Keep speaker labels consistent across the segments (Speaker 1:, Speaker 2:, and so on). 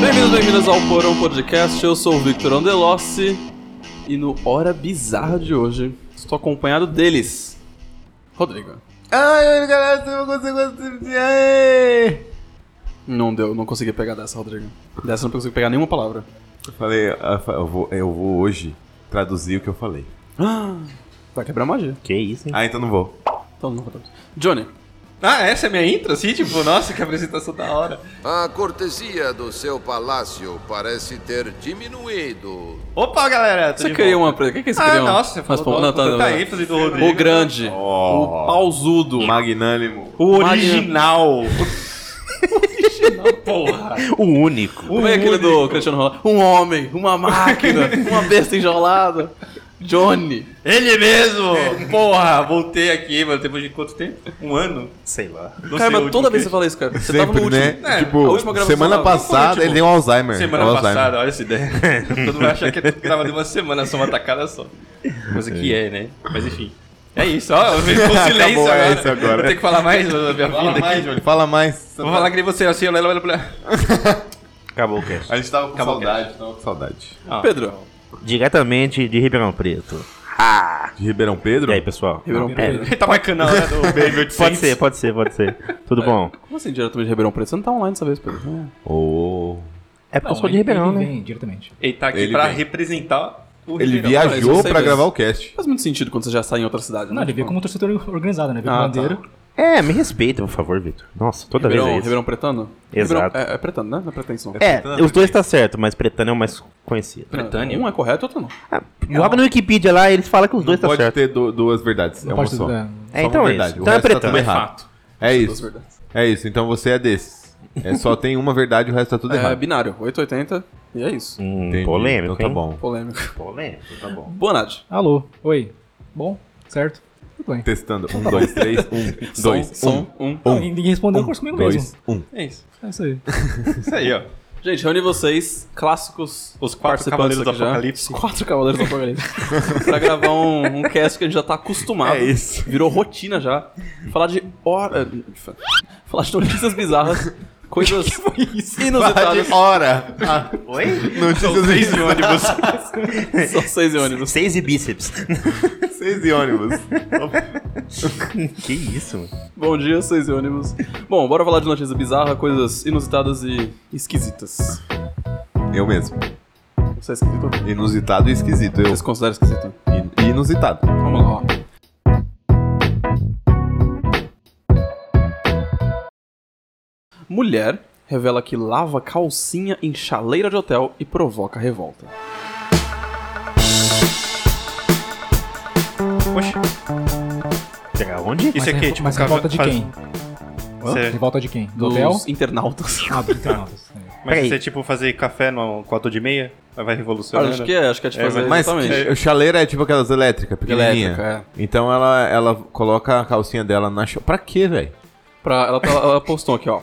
Speaker 1: Bem-vindos ao Porão Podcast, eu sou o Victor Andelossi e no Hora Bizarra de hoje estou acompanhado deles. Rodrigo.
Speaker 2: Ai, galera, eu não consigo assistir.
Speaker 1: Não deu, não consegui pegar dessa, Rodrigo. Dessa eu não consegui pegar nenhuma palavra.
Speaker 2: Eu falei, eu fa- eu vou, eu vou hoje traduzir o que eu falei.
Speaker 1: Vai quebrar a magia.
Speaker 3: Que isso, hein?
Speaker 2: Ah, então não vou.
Speaker 1: Então não vou traduzir. Johnny. Ah, essa é minha intro, assim? Tipo, nossa, que apresentação da hora.
Speaker 4: A cortesia do seu palácio parece ter diminuído.
Speaker 5: Opa, galera! tudo
Speaker 1: Você
Speaker 5: de
Speaker 1: queria
Speaker 5: volta?
Speaker 1: uma... O que, que você
Speaker 5: Ah,
Speaker 1: queria uma?
Speaker 5: nossa, você falou
Speaker 1: Responda-
Speaker 5: do-
Speaker 1: não, tá,
Speaker 5: do-
Speaker 1: não,
Speaker 5: da
Speaker 1: não.
Speaker 5: ênfase do Rodrigo.
Speaker 1: O grande, o
Speaker 2: Oh.
Speaker 1: pausudo,
Speaker 2: Magnânimo.
Speaker 5: O original! Porra!
Speaker 3: O único.
Speaker 1: Como é aquele do Cristiano Ronaldo? Um homem, uma máquina, uma besta enjaulada. Johnny.
Speaker 5: Ele mesmo! É, Porra, voltei aqui, mano. Depois de quanto tempo? Um ano?
Speaker 3: Sei lá.
Speaker 5: Não
Speaker 1: cara,
Speaker 5: sei,
Speaker 1: mas
Speaker 5: o
Speaker 1: toda
Speaker 5: último
Speaker 1: vez que
Speaker 5: que-
Speaker 1: você fala isso, cara. Você tava
Speaker 2: Sempre,
Speaker 1: no último.
Speaker 2: né?
Speaker 5: É,
Speaker 1: a
Speaker 2: tipo,
Speaker 1: último gravação
Speaker 2: semana
Speaker 1: lá, qual foi o
Speaker 2: passada
Speaker 1: último?
Speaker 2: ele tem um Alzheimer. É
Speaker 5: Semana
Speaker 2: o Alzheimer.
Speaker 5: passada, olha essa ideia. Todo mundo acha que é tudo que tava de uma semana, só uma tacada só. Coisa que é, né? Mas enfim. É isso, ó. Eu vejo com
Speaker 2: Acabou,
Speaker 5: silêncio
Speaker 2: é
Speaker 5: agora.
Speaker 2: isso agora.
Speaker 5: Vou ter que falar mais da minha vida aqui.
Speaker 2: Ele Fala mais.
Speaker 5: Vou falar que nem você, assim, olha, olha, olha.
Speaker 3: Acabou o cast.
Speaker 2: A gente tava com
Speaker 5: Acabou,
Speaker 2: saudade. Tava com saudade.
Speaker 1: É. Pedro.
Speaker 3: Diretamente de Ribeirão Preto.
Speaker 2: De Ribeirão Pedro?
Speaker 3: E aí, pessoal? É.
Speaker 1: Ribeirão Preto.
Speaker 5: Ele tá marcando a hora do Baby 800.
Speaker 3: Pode ser, pode ser, pode ser. Tudo
Speaker 6: É.
Speaker 3: bom?
Speaker 1: Como assim, diretamente de Ribeirão Preto? Você não tá online dessa vez, Pedro. É.
Speaker 2: Oh.
Speaker 3: É porque eu sou de Ribeirão, né?
Speaker 6: vem diretamente.
Speaker 5: Ele tá aqui
Speaker 2: Ele
Speaker 5: pra
Speaker 2: vem.
Speaker 5: representar o
Speaker 2: Ele
Speaker 5: Ribeirão.
Speaker 1: mas eu
Speaker 2: viajou
Speaker 1: sei
Speaker 2: pra
Speaker 1: mesmo.
Speaker 2: gravar o cast.
Speaker 1: Faz muito sentido quando você já sai em outra cidade.
Speaker 6: Não,
Speaker 1: né?
Speaker 6: ele veio como torcedor organizado, né? Veio
Speaker 1: Ah,
Speaker 6: com bandeiro.
Speaker 3: É, me respeita, por favor, Vitor. Nossa,
Speaker 1: Tipo,
Speaker 3: toda
Speaker 1: Ribeirão,
Speaker 3: vez é isso.
Speaker 1: Ribeirão Pretano?
Speaker 3: Exato.
Speaker 1: Ribeirão- é, é Pretano, né? Não é Pretenso, não.
Speaker 3: É, os dois tá certo, mas Pretânia é o mais conhecido.
Speaker 1: Pretânio. Um é correto, outro não.
Speaker 3: Ah, joga no Wikipedia lá eles falam que os dois tá
Speaker 2: Pode
Speaker 3: certo.
Speaker 2: ter du- duas verdades. É
Speaker 6: Não
Speaker 2: uma
Speaker 6: pode né?
Speaker 2: só.
Speaker 6: ser-
Speaker 3: É,
Speaker 2: Só
Speaker 3: então
Speaker 2: uma
Speaker 3: é
Speaker 2: verdade.
Speaker 3: isso.
Speaker 2: O
Speaker 3: Então é
Speaker 2: resto tá tudo
Speaker 3: Pretânia.
Speaker 2: errado. É
Speaker 1: Duas
Speaker 2: isso.
Speaker 1: verdades.
Speaker 2: É isso. Então você é desse. É só tem uma verdade, o resto tá tudo
Speaker 1: É
Speaker 2: errado.
Speaker 1: binário, 880 e é isso.
Speaker 3: Hum,
Speaker 2: Entendi.
Speaker 3: polêmico,
Speaker 2: Então tá
Speaker 3: hein?
Speaker 2: bom.
Speaker 1: Polêmico.
Speaker 3: Polêmico, tá bom.
Speaker 1: Bonade.
Speaker 6: Alô, oi. Bom, certo? Tudo bem.
Speaker 2: Testando. Um, dois, três. Um, dois, um.
Speaker 1: Som, som, um.
Speaker 6: Não, ninguém respondeu, eu curso comigo
Speaker 2: dois,
Speaker 6: mesmo.
Speaker 2: um.
Speaker 5: É isso.
Speaker 6: É isso aí.
Speaker 5: Isso aí, ó.
Speaker 1: Gente, reuni vocês, clássicos.
Speaker 5: Os
Speaker 1: participantes
Speaker 5: quatro Cavaleiros do
Speaker 1: aqui já.
Speaker 5: Apocalipse.
Speaker 1: Os quatro Cavaleiros do Apocalipse. pra gravar um, um cast que a gente já tá acostumado.
Speaker 2: É isso.
Speaker 1: Virou rotina já. Falar de hora. Falar de notícias bizarras. Coisas inusitadas.
Speaker 2: hora.
Speaker 3: Oi?
Speaker 2: Notícias
Speaker 5: Três de ônibus.
Speaker 1: Só seis e ônibus.
Speaker 3: Seis e bíceps.
Speaker 2: seis de ônibus.
Speaker 3: que isso, mano.
Speaker 1: Bom dia, seis e ônibus. Bom, bora falar de notícias bizarras, coisas inusitadas e esquisitas.
Speaker 2: Eu mesmo.
Speaker 1: Você é esquisito?
Speaker 2: Inusitado e esquisito. Eu.
Speaker 1: Vocês consideram esquisito?
Speaker 2: In- Inusitado.
Speaker 1: Vamos lá, ó. Mulher revela que lava calcinha em chaleira de hotel e provoca revolta.
Speaker 5: Oxe,
Speaker 3: Será onde?
Speaker 5: isso aqui,
Speaker 2: é
Speaker 6: revo-
Speaker 5: tipo,
Speaker 6: mas é
Speaker 5: cava-
Speaker 6: revolta de
Speaker 5: faz-
Speaker 6: quem?
Speaker 5: Cê-
Speaker 6: Revolta de quem? Do
Speaker 1: Dos
Speaker 6: hotel?
Speaker 1: internautas.
Speaker 6: Ah, do internautas. É.
Speaker 5: Mas
Speaker 3: Peraí.
Speaker 5: você, tipo, fazer café no quarto de meia, aí vai revolucionando.
Speaker 1: acho que é, acho que é de
Speaker 5: É,
Speaker 1: fazer
Speaker 2: Mas
Speaker 1: exatamente.
Speaker 2: o chaleira é tipo aquelas elétricas, pequenininha.
Speaker 1: Elétrica,
Speaker 2: Então ela, ela coloca a calcinha dela na... cho- Pra quê, velho?
Speaker 1: Pra, ela, tá- ela postou aqui, ó.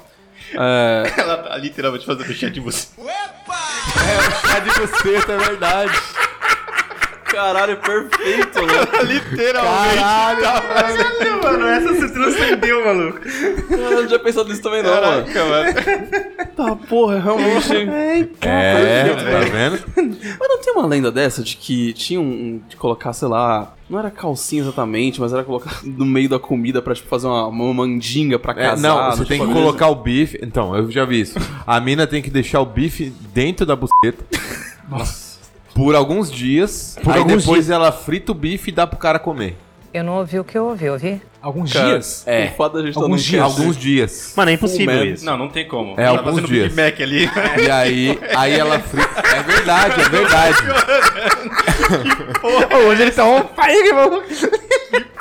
Speaker 1: É,
Speaker 5: Ela tá literalmente fazendo chá de você.
Speaker 2: A de buceta, é verdade.
Speaker 1: caralho, perfeito, né?
Speaker 5: Literalmente. tá
Speaker 2: Caralho,
Speaker 5: mano, essa se transcendeu, maluco.
Speaker 1: Eu não tinha pensado nisso também, não, mano.
Speaker 5: Caraca, mano.
Speaker 1: Tá, porra, realmente.
Speaker 2: É, tá vendo?
Speaker 1: Mas não tem uma lenda dessa de que tinha um, um de colocar, sei lá, não era calcinha exatamente, mas era colocar no meio da comida pra tipo, fazer uma, uma mandinga pra
Speaker 2: É,
Speaker 1: casar.
Speaker 2: não, você
Speaker 1: tipo,
Speaker 2: tem que
Speaker 1: isso.
Speaker 2: colocar o bife... Então, eu já vi isso. A mina tem que deixar o bife dentro da buceta. Por alguns dias.
Speaker 3: Por
Speaker 2: aí
Speaker 3: alguns
Speaker 2: depois ela frita o bife e dá pro cara comer.
Speaker 7: Eu não ouvi o que eu ouvi, ouvi?
Speaker 6: Alguns
Speaker 1: Cara,
Speaker 6: dias?
Speaker 1: É. O fato da gente tá
Speaker 6: Alguns
Speaker 1: num
Speaker 6: dias.
Speaker 1: cast-
Speaker 2: Alguns dias.
Speaker 3: Mano, é impossível
Speaker 1: Full
Speaker 3: isso.
Speaker 5: Não, não tem como.
Speaker 2: É,
Speaker 5: ela tá
Speaker 2: alguns
Speaker 5: fazendo
Speaker 2: dias. É.
Speaker 5: Big Mac ali.
Speaker 2: E aí, aí ela frita. É verdade, é verdade.
Speaker 3: Hoje eles estão on fire, mano.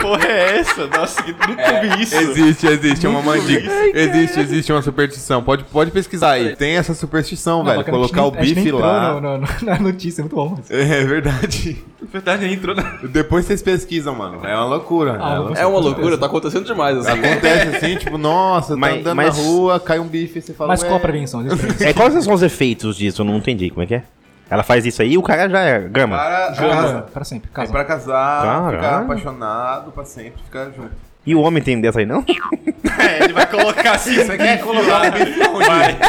Speaker 5: Porra, é essa? Nossa, que nunca ouvi isso.
Speaker 2: Existe, existe, é uma mandinga. Existe, existe uma superstição. Pode, pode pesquisar aí. Tem essa superstição, velho.
Speaker 6: bacana, a gente
Speaker 2: Colocar o
Speaker 6: nem- a gente nem
Speaker 2: bife
Speaker 6: entrou
Speaker 2: lá.
Speaker 6: no- no- no- na notícia, muito bom. mas-
Speaker 2: É verdade.
Speaker 5: Na verdade, entrou na...
Speaker 2: Depois vocês pesquisam, mano. É uma loucura.
Speaker 6: Ah,
Speaker 2: é
Speaker 6: eu
Speaker 2: uma-
Speaker 6: vou-
Speaker 1: É uma loucura, tá acontecendo demais, assim.
Speaker 2: Acontece assim, tipo, nossa, tá
Speaker 3: Mas-
Speaker 2: andando
Speaker 3: mas-
Speaker 2: na rua, cai um bife e você fala.
Speaker 6: Mas qual a
Speaker 2: "Ué".
Speaker 6: prevenção? Existe prevenção?
Speaker 3: É, quais são os efeitos disso? Eu não entendi como é que é. Ela faz isso aí e o cara já é gama.
Speaker 2: Para,
Speaker 6: Jogo,
Speaker 2: arrasa.
Speaker 6: Pra sempre,
Speaker 2: É
Speaker 6: casa.
Speaker 2: pra casar,
Speaker 3: Caralho.
Speaker 2: ficar apaixonado pra sempre, ficar junto.
Speaker 3: E o homem tem dessa aí, não?
Speaker 5: É, ele vai colocar assim. Você
Speaker 2: é
Speaker 5: quer colocar o bife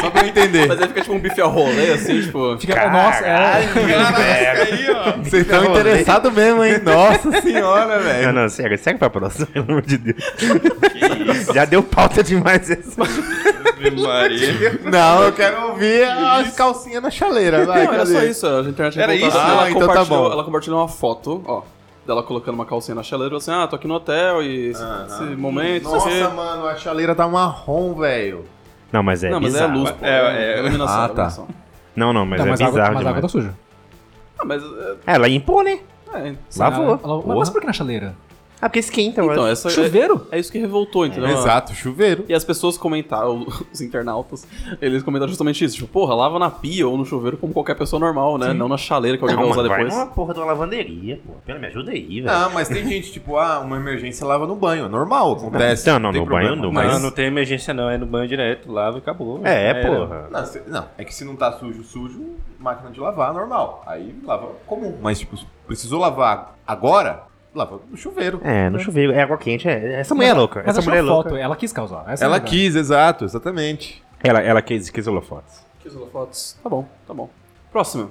Speaker 2: Só pra eu entender.
Speaker 1: Mas aí fica tipo um bife ao rolê, assim, tipo.
Speaker 6: Fica, nossa, é.
Speaker 5: aí, ó.
Speaker 2: Vocês estão interessados mesmo, hein? Nossa senhora, velho.
Speaker 3: Não, não, segue, segue pra próxima, pelo amor de Deus. Já deu pauta demais essa.
Speaker 5: Ave Maria.
Speaker 2: Não, eu quero ouvir as calcinhas na chaleira, vai.
Speaker 1: não, era só isso. A internet
Speaker 5: Era
Speaker 1: revoltada.
Speaker 5: isso?
Speaker 1: Ela,
Speaker 2: Ah, então tá
Speaker 1: compartilhou,
Speaker 2: bom.
Speaker 1: ela compartilhou uma foto, ó, dela colocando uma calcinha na chaleira e falou assim: ah, tô aqui no hotel e esse, esse momento, não sei o
Speaker 2: Nossa,
Speaker 1: quê.
Speaker 2: mano, a chaleira tá marrom, velho.
Speaker 3: Não, mas é
Speaker 1: Não, mas é
Speaker 3: bizarro.
Speaker 1: luz, pô.
Speaker 5: É, é-
Speaker 1: iluminação.
Speaker 2: Ah,
Speaker 1: é
Speaker 2: tá.
Speaker 1: iluminação.
Speaker 3: Não, não, mas
Speaker 6: Tá,
Speaker 3: é
Speaker 6: mas a
Speaker 3: bizarro
Speaker 6: água, mas a
Speaker 3: demais.
Speaker 6: água tá suja.
Speaker 1: Ah, mas. é,
Speaker 3: Ela limpou, né?
Speaker 1: É,
Speaker 3: Lavou.
Speaker 6: Ela- ela- Mas
Speaker 3: Porra.
Speaker 6: por que na chaleira?
Speaker 3: Ah, porque esquenta.
Speaker 1: então,
Speaker 3: Então,
Speaker 1: essa, é,
Speaker 6: Chuveiro?
Speaker 1: é isso que revoltou, entendeu?
Speaker 2: Exato, chuveiro.
Speaker 1: E as pessoas comentaram, os internautas, eles comentaram justamente isso. Tipo, porra, lava na pia ou no chuveiro como qualquer pessoa normal, né? Não na chaleira que alguém
Speaker 3: não,
Speaker 1: vai usar
Speaker 3: mano, vai
Speaker 1: depois.
Speaker 3: numa porra de uma lavanderia, pô. Pelo me ajuda aí, velho.
Speaker 2: Ah, mas tem gente, tipo, ah, uma emergência lava no banho. É normal, acontece.
Speaker 3: Então, Não, não,
Speaker 2: tem
Speaker 3: no banho não,
Speaker 5: Mas...
Speaker 2: Mas...
Speaker 5: Não, não tem emergência não, é no banho direto, lava e acabou.
Speaker 3: É,
Speaker 5: Era.
Speaker 3: porra.
Speaker 2: Não, se- não, é que se não tá sujo, sujo, máquina de lavar, normal. Aí lava comum. Mas, tipo, se precisou lavar agora, lava no chuveiro.
Speaker 3: É, no chuveiro. É água quente. É. Essa mulher é louca.
Speaker 6: Mas
Speaker 3: Essa
Speaker 6: achou
Speaker 3: mulher é
Speaker 6: foto,
Speaker 3: louca.
Speaker 6: ela quis causar. Essa é a
Speaker 2: Ela
Speaker 6: verdade.
Speaker 2: quis, exato, exatamente.
Speaker 3: Ela, ela quis, quis holofotes.
Speaker 1: Quis usar fotos. Tá bom, tá bom. Próximo.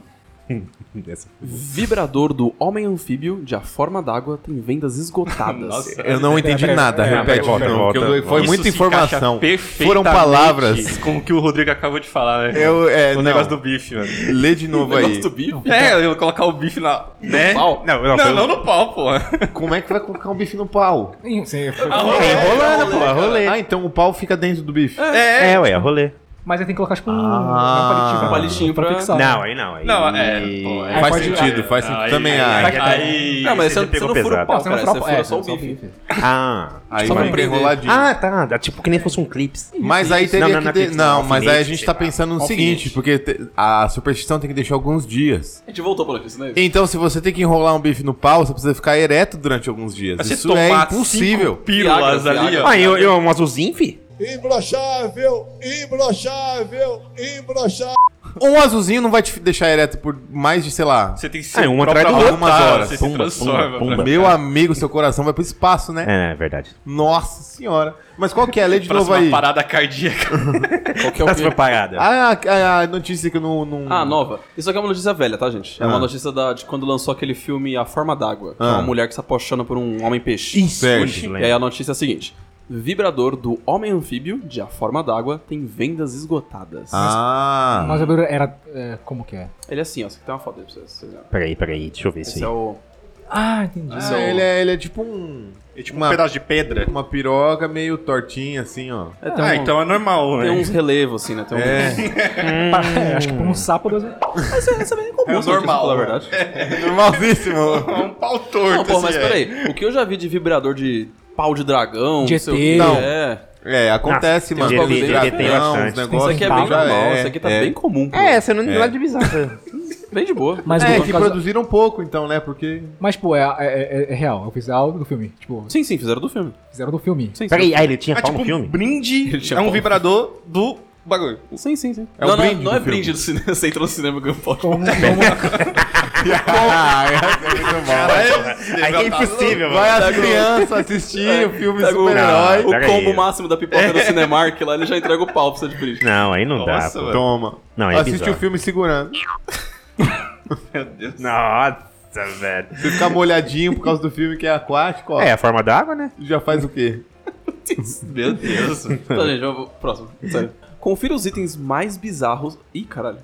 Speaker 3: Essa-
Speaker 1: Vibrador do Homem Anfíbio de A Forma d'Água tem vendas esgotadas.
Speaker 5: Nossa.
Speaker 2: Eu não entendi
Speaker 6: pera,
Speaker 2: nada,
Speaker 6: pera,
Speaker 2: repete
Speaker 3: volta,
Speaker 2: não,
Speaker 3: volta,
Speaker 2: porque eu- Foi
Speaker 5: Isso
Speaker 2: muita
Speaker 5: se
Speaker 2: informação.
Speaker 5: encaixa
Speaker 2: Foram
Speaker 5: perfeitamente
Speaker 2: palavras.
Speaker 5: Com o que o Rodrigo acabou de falar, né?
Speaker 2: Eu, é,
Speaker 5: o
Speaker 2: não.
Speaker 5: negócio do bife, mano.
Speaker 2: Lê de novo aí.
Speaker 1: Negócio do bife.
Speaker 5: É, eu vou colocar o bife na. Né?
Speaker 1: Pau.
Speaker 3: Não,
Speaker 5: Não,
Speaker 3: não, foi-
Speaker 5: não no pau, porra.
Speaker 2: Como é que vai colocar um bife no pau?
Speaker 6: Ih, sim, foi-
Speaker 3: É enrolando, pô. É rolê.
Speaker 2: Ah, então o pau fica dentro do bife.
Speaker 3: É, ué, é rolê.
Speaker 6: Mas aí tem que colocar, tipo, um,
Speaker 2: Ah.
Speaker 6: um palitinho.
Speaker 1: Um palitinho pra-
Speaker 6: fixar.
Speaker 3: Não, aí não. Aí...
Speaker 5: Não, é, pô, é.
Speaker 2: Faz
Speaker 6: pode-
Speaker 2: sentido, faz sentido. Também acho.
Speaker 5: Aí, aí,
Speaker 1: Não, mas você, você
Speaker 3: pegou
Speaker 1: não fura o
Speaker 3: pesado.
Speaker 1: pau,
Speaker 6: Você não
Speaker 1: cara.
Speaker 6: fura o
Speaker 1: Você
Speaker 6: pau.
Speaker 1: fura
Speaker 6: É,
Speaker 1: só o
Speaker 6: só o
Speaker 1: bife.
Speaker 3: Ah.
Speaker 2: Aí
Speaker 1: Só pra
Speaker 2: vai pra
Speaker 1: entender.
Speaker 2: enroladinho.
Speaker 3: Ah, tá. dá Tipo que nem fosse um clips.
Speaker 2: mas aí
Speaker 3: isso.
Speaker 2: teria
Speaker 3: Não, não,
Speaker 2: que.
Speaker 3: não é
Speaker 2: de-
Speaker 3: clipe, não,
Speaker 2: Não, mas aí a
Speaker 3: alfinete,
Speaker 2: gente
Speaker 3: sei
Speaker 2: tá
Speaker 3: lá.
Speaker 2: pensando no
Speaker 1: Alfinete.
Speaker 2: seguinte, porque te- a superstição tem que deixar alguns dias.
Speaker 1: A gente voltou pra isso, né?
Speaker 2: Então, se você tem que enrolar um bife no pau, você precisa ficar ereto durante alguns dias.
Speaker 5: Mas você
Speaker 2: Isso é
Speaker 5: tomar
Speaker 2: impossível.
Speaker 5: cinco pílulas
Speaker 1: Viagra,
Speaker 5: ali,
Speaker 1: Viagra.
Speaker 5: ó.
Speaker 3: Ah, eu, eu um azulzinho, fi?
Speaker 8: Imbrochável, imbrochável, imbrochável.
Speaker 2: Um azulzinho não vai te deixar ereto por mais de, sei lá.
Speaker 5: Você tem que
Speaker 3: Ah,
Speaker 5: se
Speaker 3: um atrás do
Speaker 5: programar,
Speaker 2: outro. Algumas horas.
Speaker 5: Você se
Speaker 3: Pumba,
Speaker 5: transforma.
Speaker 3: pumba, pumba.
Speaker 2: Meu amigo, seu coração vai pro espaço, né?
Speaker 3: É, é verdade.
Speaker 2: Nossa senhora. Mas qual que é? Lê de novo
Speaker 5: Próxima
Speaker 2: aí.
Speaker 5: parada cardíaca.
Speaker 1: Qual que é o
Speaker 3: Essa foi
Speaker 1: quê?
Speaker 3: parada.
Speaker 2: Ah, a, a notícia que eu não. não-
Speaker 1: Ah, nova. Isso aqui é uma notícia velha, tá, gente? É uma
Speaker 2: Ah.
Speaker 1: notícia da- de quando lançou aquele filme A Forma d'Água. que é
Speaker 2: Ah.
Speaker 1: Uma mulher que se apaixona por um homem peixe.
Speaker 2: Certo.
Speaker 3: Puxa,
Speaker 1: E aí a notícia é a seguinte. Vibrador do Homem Anfíbio, de A Forma d'Água, tem vendas esgotadas.
Speaker 2: Ah.
Speaker 6: Mas a dura era. é, como que é?
Speaker 1: Ele é assim, ó. Você tem uma foto aí pra vocês. vocês verem.
Speaker 3: Peraí, peraí, deixa eu ver isso
Speaker 1: Esse é
Speaker 3: aí.
Speaker 1: o...
Speaker 6: Ah, entendi.
Speaker 2: Ah, ele, é, ele é tipo um.
Speaker 5: É tipo
Speaker 2: Uma-
Speaker 5: um pedaço de pedra.
Speaker 2: Uma piroca meio tortinha, assim, ó.
Speaker 1: É, tem
Speaker 5: Ah,
Speaker 1: um-
Speaker 5: então é normal, né?
Speaker 1: Tem uns relevos, assim, né? Tem um-
Speaker 2: É.
Speaker 6: Pa- é, acho que pra um sapo. Deus...
Speaker 1: É
Speaker 5: normal.
Speaker 1: Na verdade.
Speaker 2: Normalzíssimo.
Speaker 5: É um pau torto.
Speaker 1: Não, pô, mas
Speaker 5: assim, é.
Speaker 1: peraí. O que eu já vi de vibrador de pau de dragão,
Speaker 6: De
Speaker 1: não sei o
Speaker 6: ET.
Speaker 1: que
Speaker 2: Não.
Speaker 1: é.
Speaker 2: É, acontece,
Speaker 3: Nossa,
Speaker 2: mano.
Speaker 1: tem DT,
Speaker 2: Dragão,
Speaker 1: tem
Speaker 3: bastante.
Speaker 2: uns
Speaker 1: Isso
Speaker 2: negócios,
Speaker 1: aqui é
Speaker 2: tal,
Speaker 1: bem
Speaker 2: já
Speaker 1: normal, isso aqui tá
Speaker 2: é.
Speaker 1: bem comum. pô.
Speaker 3: É, você não tem nada de bizarro.
Speaker 1: Bem de boa.
Speaker 6: Mas,
Speaker 2: É,
Speaker 6: por
Speaker 2: que
Speaker 6: causa-
Speaker 2: produziram pouco, então, né? Porque.
Speaker 6: mas, pô, é, é, é- é real. É oficial do filme. Tipo,
Speaker 1: Sim, sim, fizeram do filme.
Speaker 6: fizeram do filme.
Speaker 1: Sim, sim.
Speaker 3: Peraí, ah, ele tinha
Speaker 5: É
Speaker 3: pau
Speaker 5: tipo
Speaker 3: no
Speaker 5: um
Speaker 3: filme?
Speaker 5: brinde.
Speaker 1: tinha
Speaker 5: É um
Speaker 1: pau.
Speaker 5: vibrador do bagulho.
Speaker 1: Sim, sim, sim.
Speaker 2: É o
Speaker 1: não, não,
Speaker 2: brinde
Speaker 1: não
Speaker 2: do
Speaker 1: é
Speaker 2: filme.
Speaker 1: brinde do cinema. Você entrou no cinema ganhou pau.
Speaker 6: Como, como-
Speaker 2: Ah, essa é muito mal.
Speaker 3: Aí é impossível,
Speaker 2: Vai
Speaker 3: mano.
Speaker 2: as crianças assistir o filme
Speaker 1: Pega o-
Speaker 2: super-herói.
Speaker 1: O
Speaker 3: Pega
Speaker 1: combo
Speaker 3: aí.
Speaker 1: máximo da pipoca do Cinemark lá, ele já entrega o pau pra você de brinde.
Speaker 3: Não, aí não
Speaker 5: Nossa,
Speaker 3: dá. Pô.
Speaker 5: velho.
Speaker 2: Toma.
Speaker 3: Não, é
Speaker 2: Assiste
Speaker 3: bizarro.
Speaker 2: o filme segurando.
Speaker 5: Meu Deus.
Speaker 3: Nossa, velho.
Speaker 2: Se ficar molhadinho por causa do filme que é aquático, ó.
Speaker 3: É, a forma d'água, né?
Speaker 2: Já faz o quê?
Speaker 5: Meu Deus.
Speaker 1: Tá, gente, vamos próximo. Sério. Confira os itens mais bizarros. Ih, caralho.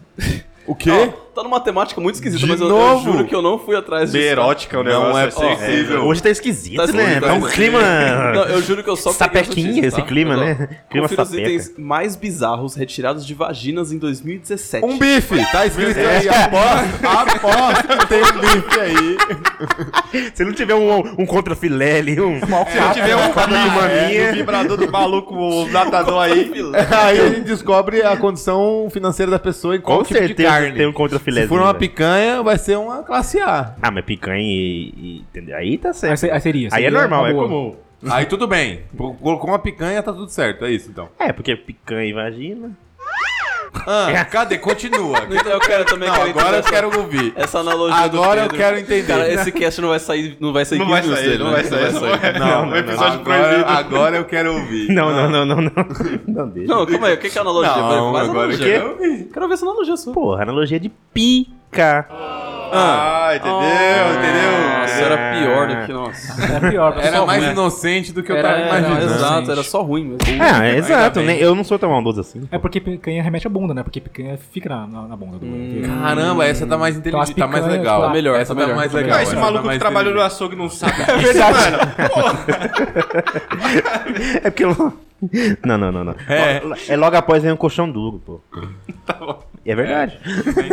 Speaker 2: O quê?
Speaker 1: Ó, tá numa temática muito esquisita,
Speaker 2: De
Speaker 1: mas eu, eu
Speaker 2: novo?
Speaker 1: juro que eu não fui atrás
Speaker 5: Bem
Speaker 1: disso.
Speaker 5: erótica o
Speaker 2: Não
Speaker 5: negócio.
Speaker 2: é
Speaker 5: assim.
Speaker 2: possível.
Speaker 3: Hoje tá esquisito,
Speaker 1: Tá
Speaker 3: né?
Speaker 1: esquisito,
Speaker 3: Tá um
Speaker 1: tá
Speaker 3: clima.
Speaker 1: Não, eu juro que eu só peguei as
Speaker 3: Sapequinha,
Speaker 1: notícias, tá?
Speaker 3: esse clima,
Speaker 1: Então,
Speaker 3: né? Clima
Speaker 1: Confira os
Speaker 3: sapeca.
Speaker 1: itens mais bizarros retirados de vaginas em 2017.
Speaker 2: Um bife! Tá escrito aí. Aposto, aposto que tem um bife aí.
Speaker 3: Se não tiver um, um contrafilé ali, um.
Speaker 2: É,
Speaker 3: é,
Speaker 5: Se eu tiver um clima
Speaker 3: maminha.
Speaker 5: o vibrador do maluco, o datador aí.
Speaker 2: é
Speaker 1: Filé.
Speaker 2: Aí ele descobre a condição financeira da pessoa e qual
Speaker 3: Com
Speaker 2: tipo de
Speaker 3: certeza
Speaker 2: carne.
Speaker 3: tem um contrafilé.
Speaker 2: Se for uma picanha, vai ser uma classe A.
Speaker 3: Ah, mas picanha e. e- entendeu? Aí tá
Speaker 6: aí,
Speaker 3: certo.
Speaker 6: se- aí seria.
Speaker 3: Aí
Speaker 6: seria
Speaker 3: é normal,
Speaker 6: uma
Speaker 3: é
Speaker 6: boa.
Speaker 3: comum.
Speaker 2: Aí tudo bem. Colocou uma picanha, tá tudo certo. É isso então.
Speaker 3: É, porque picanha e vagina.
Speaker 2: Ah, cadê? Continua.
Speaker 1: Então eu quero também
Speaker 2: Não,
Speaker 1: quero
Speaker 2: agora eu
Speaker 1: entender
Speaker 2: quero
Speaker 1: essa,
Speaker 2: ouvir.
Speaker 1: essa analogia.
Speaker 2: Agora
Speaker 1: do
Speaker 2: eu
Speaker 1: Pedro.
Speaker 2: quero entender.
Speaker 1: Cara, esse cast não vai sair, não vai sair
Speaker 5: Não vai
Speaker 1: news
Speaker 5: sair,
Speaker 1: dele,
Speaker 5: não
Speaker 1: né?
Speaker 5: vai sair, não vai.
Speaker 2: Não,
Speaker 5: Não, episódio
Speaker 2: agora,
Speaker 5: proibido.
Speaker 2: Agora eu quero ouvir.
Speaker 3: Não, não, não, não, não. Não deixa.
Speaker 1: Não, calma aí, o que que é analogia?
Speaker 2: Não,
Speaker 1: Faz
Speaker 2: agora eu
Speaker 1: analogia.
Speaker 2: quero ouvir.
Speaker 1: Quero ver essa analogia sua.
Speaker 3: Porra, analogia de pica.
Speaker 2: Ah, entendeu? entendeu?
Speaker 1: Isso era pior do que nossa.
Speaker 6: Era É pior, mas
Speaker 2: Era
Speaker 6: só
Speaker 2: mais
Speaker 6: ruim.
Speaker 2: inocente do que eu
Speaker 6: Era-
Speaker 2: tava
Speaker 6: era-
Speaker 2: imaginando.
Speaker 1: Exato, era só ruim mesmo.
Speaker 3: Ah, exato.
Speaker 2: bem.
Speaker 3: né? Eu não sou tão maldoso assim.
Speaker 6: É porque picanha remete à bunda, né? Porque picanha fica na, na, na bunda do
Speaker 2: Hum. Caramba, essa tá mais inteligente, tá mais
Speaker 6: picanhas,
Speaker 2: legal.
Speaker 6: tá
Speaker 1: melhor,
Speaker 2: essa
Speaker 1: tá
Speaker 2: tá
Speaker 1: melhor.
Speaker 2: mais
Speaker 6: Tá
Speaker 2: legal.
Speaker 6: melhor.
Speaker 5: Esse
Speaker 2: essa tá
Speaker 5: maluco que
Speaker 2: mais
Speaker 5: trabalha no
Speaker 2: inteligente.
Speaker 5: açougue não sabe.
Speaker 3: É porque eu não. Não, não, não, não.
Speaker 2: É.
Speaker 3: É logo após vem um colchão duro, pô. É verdade.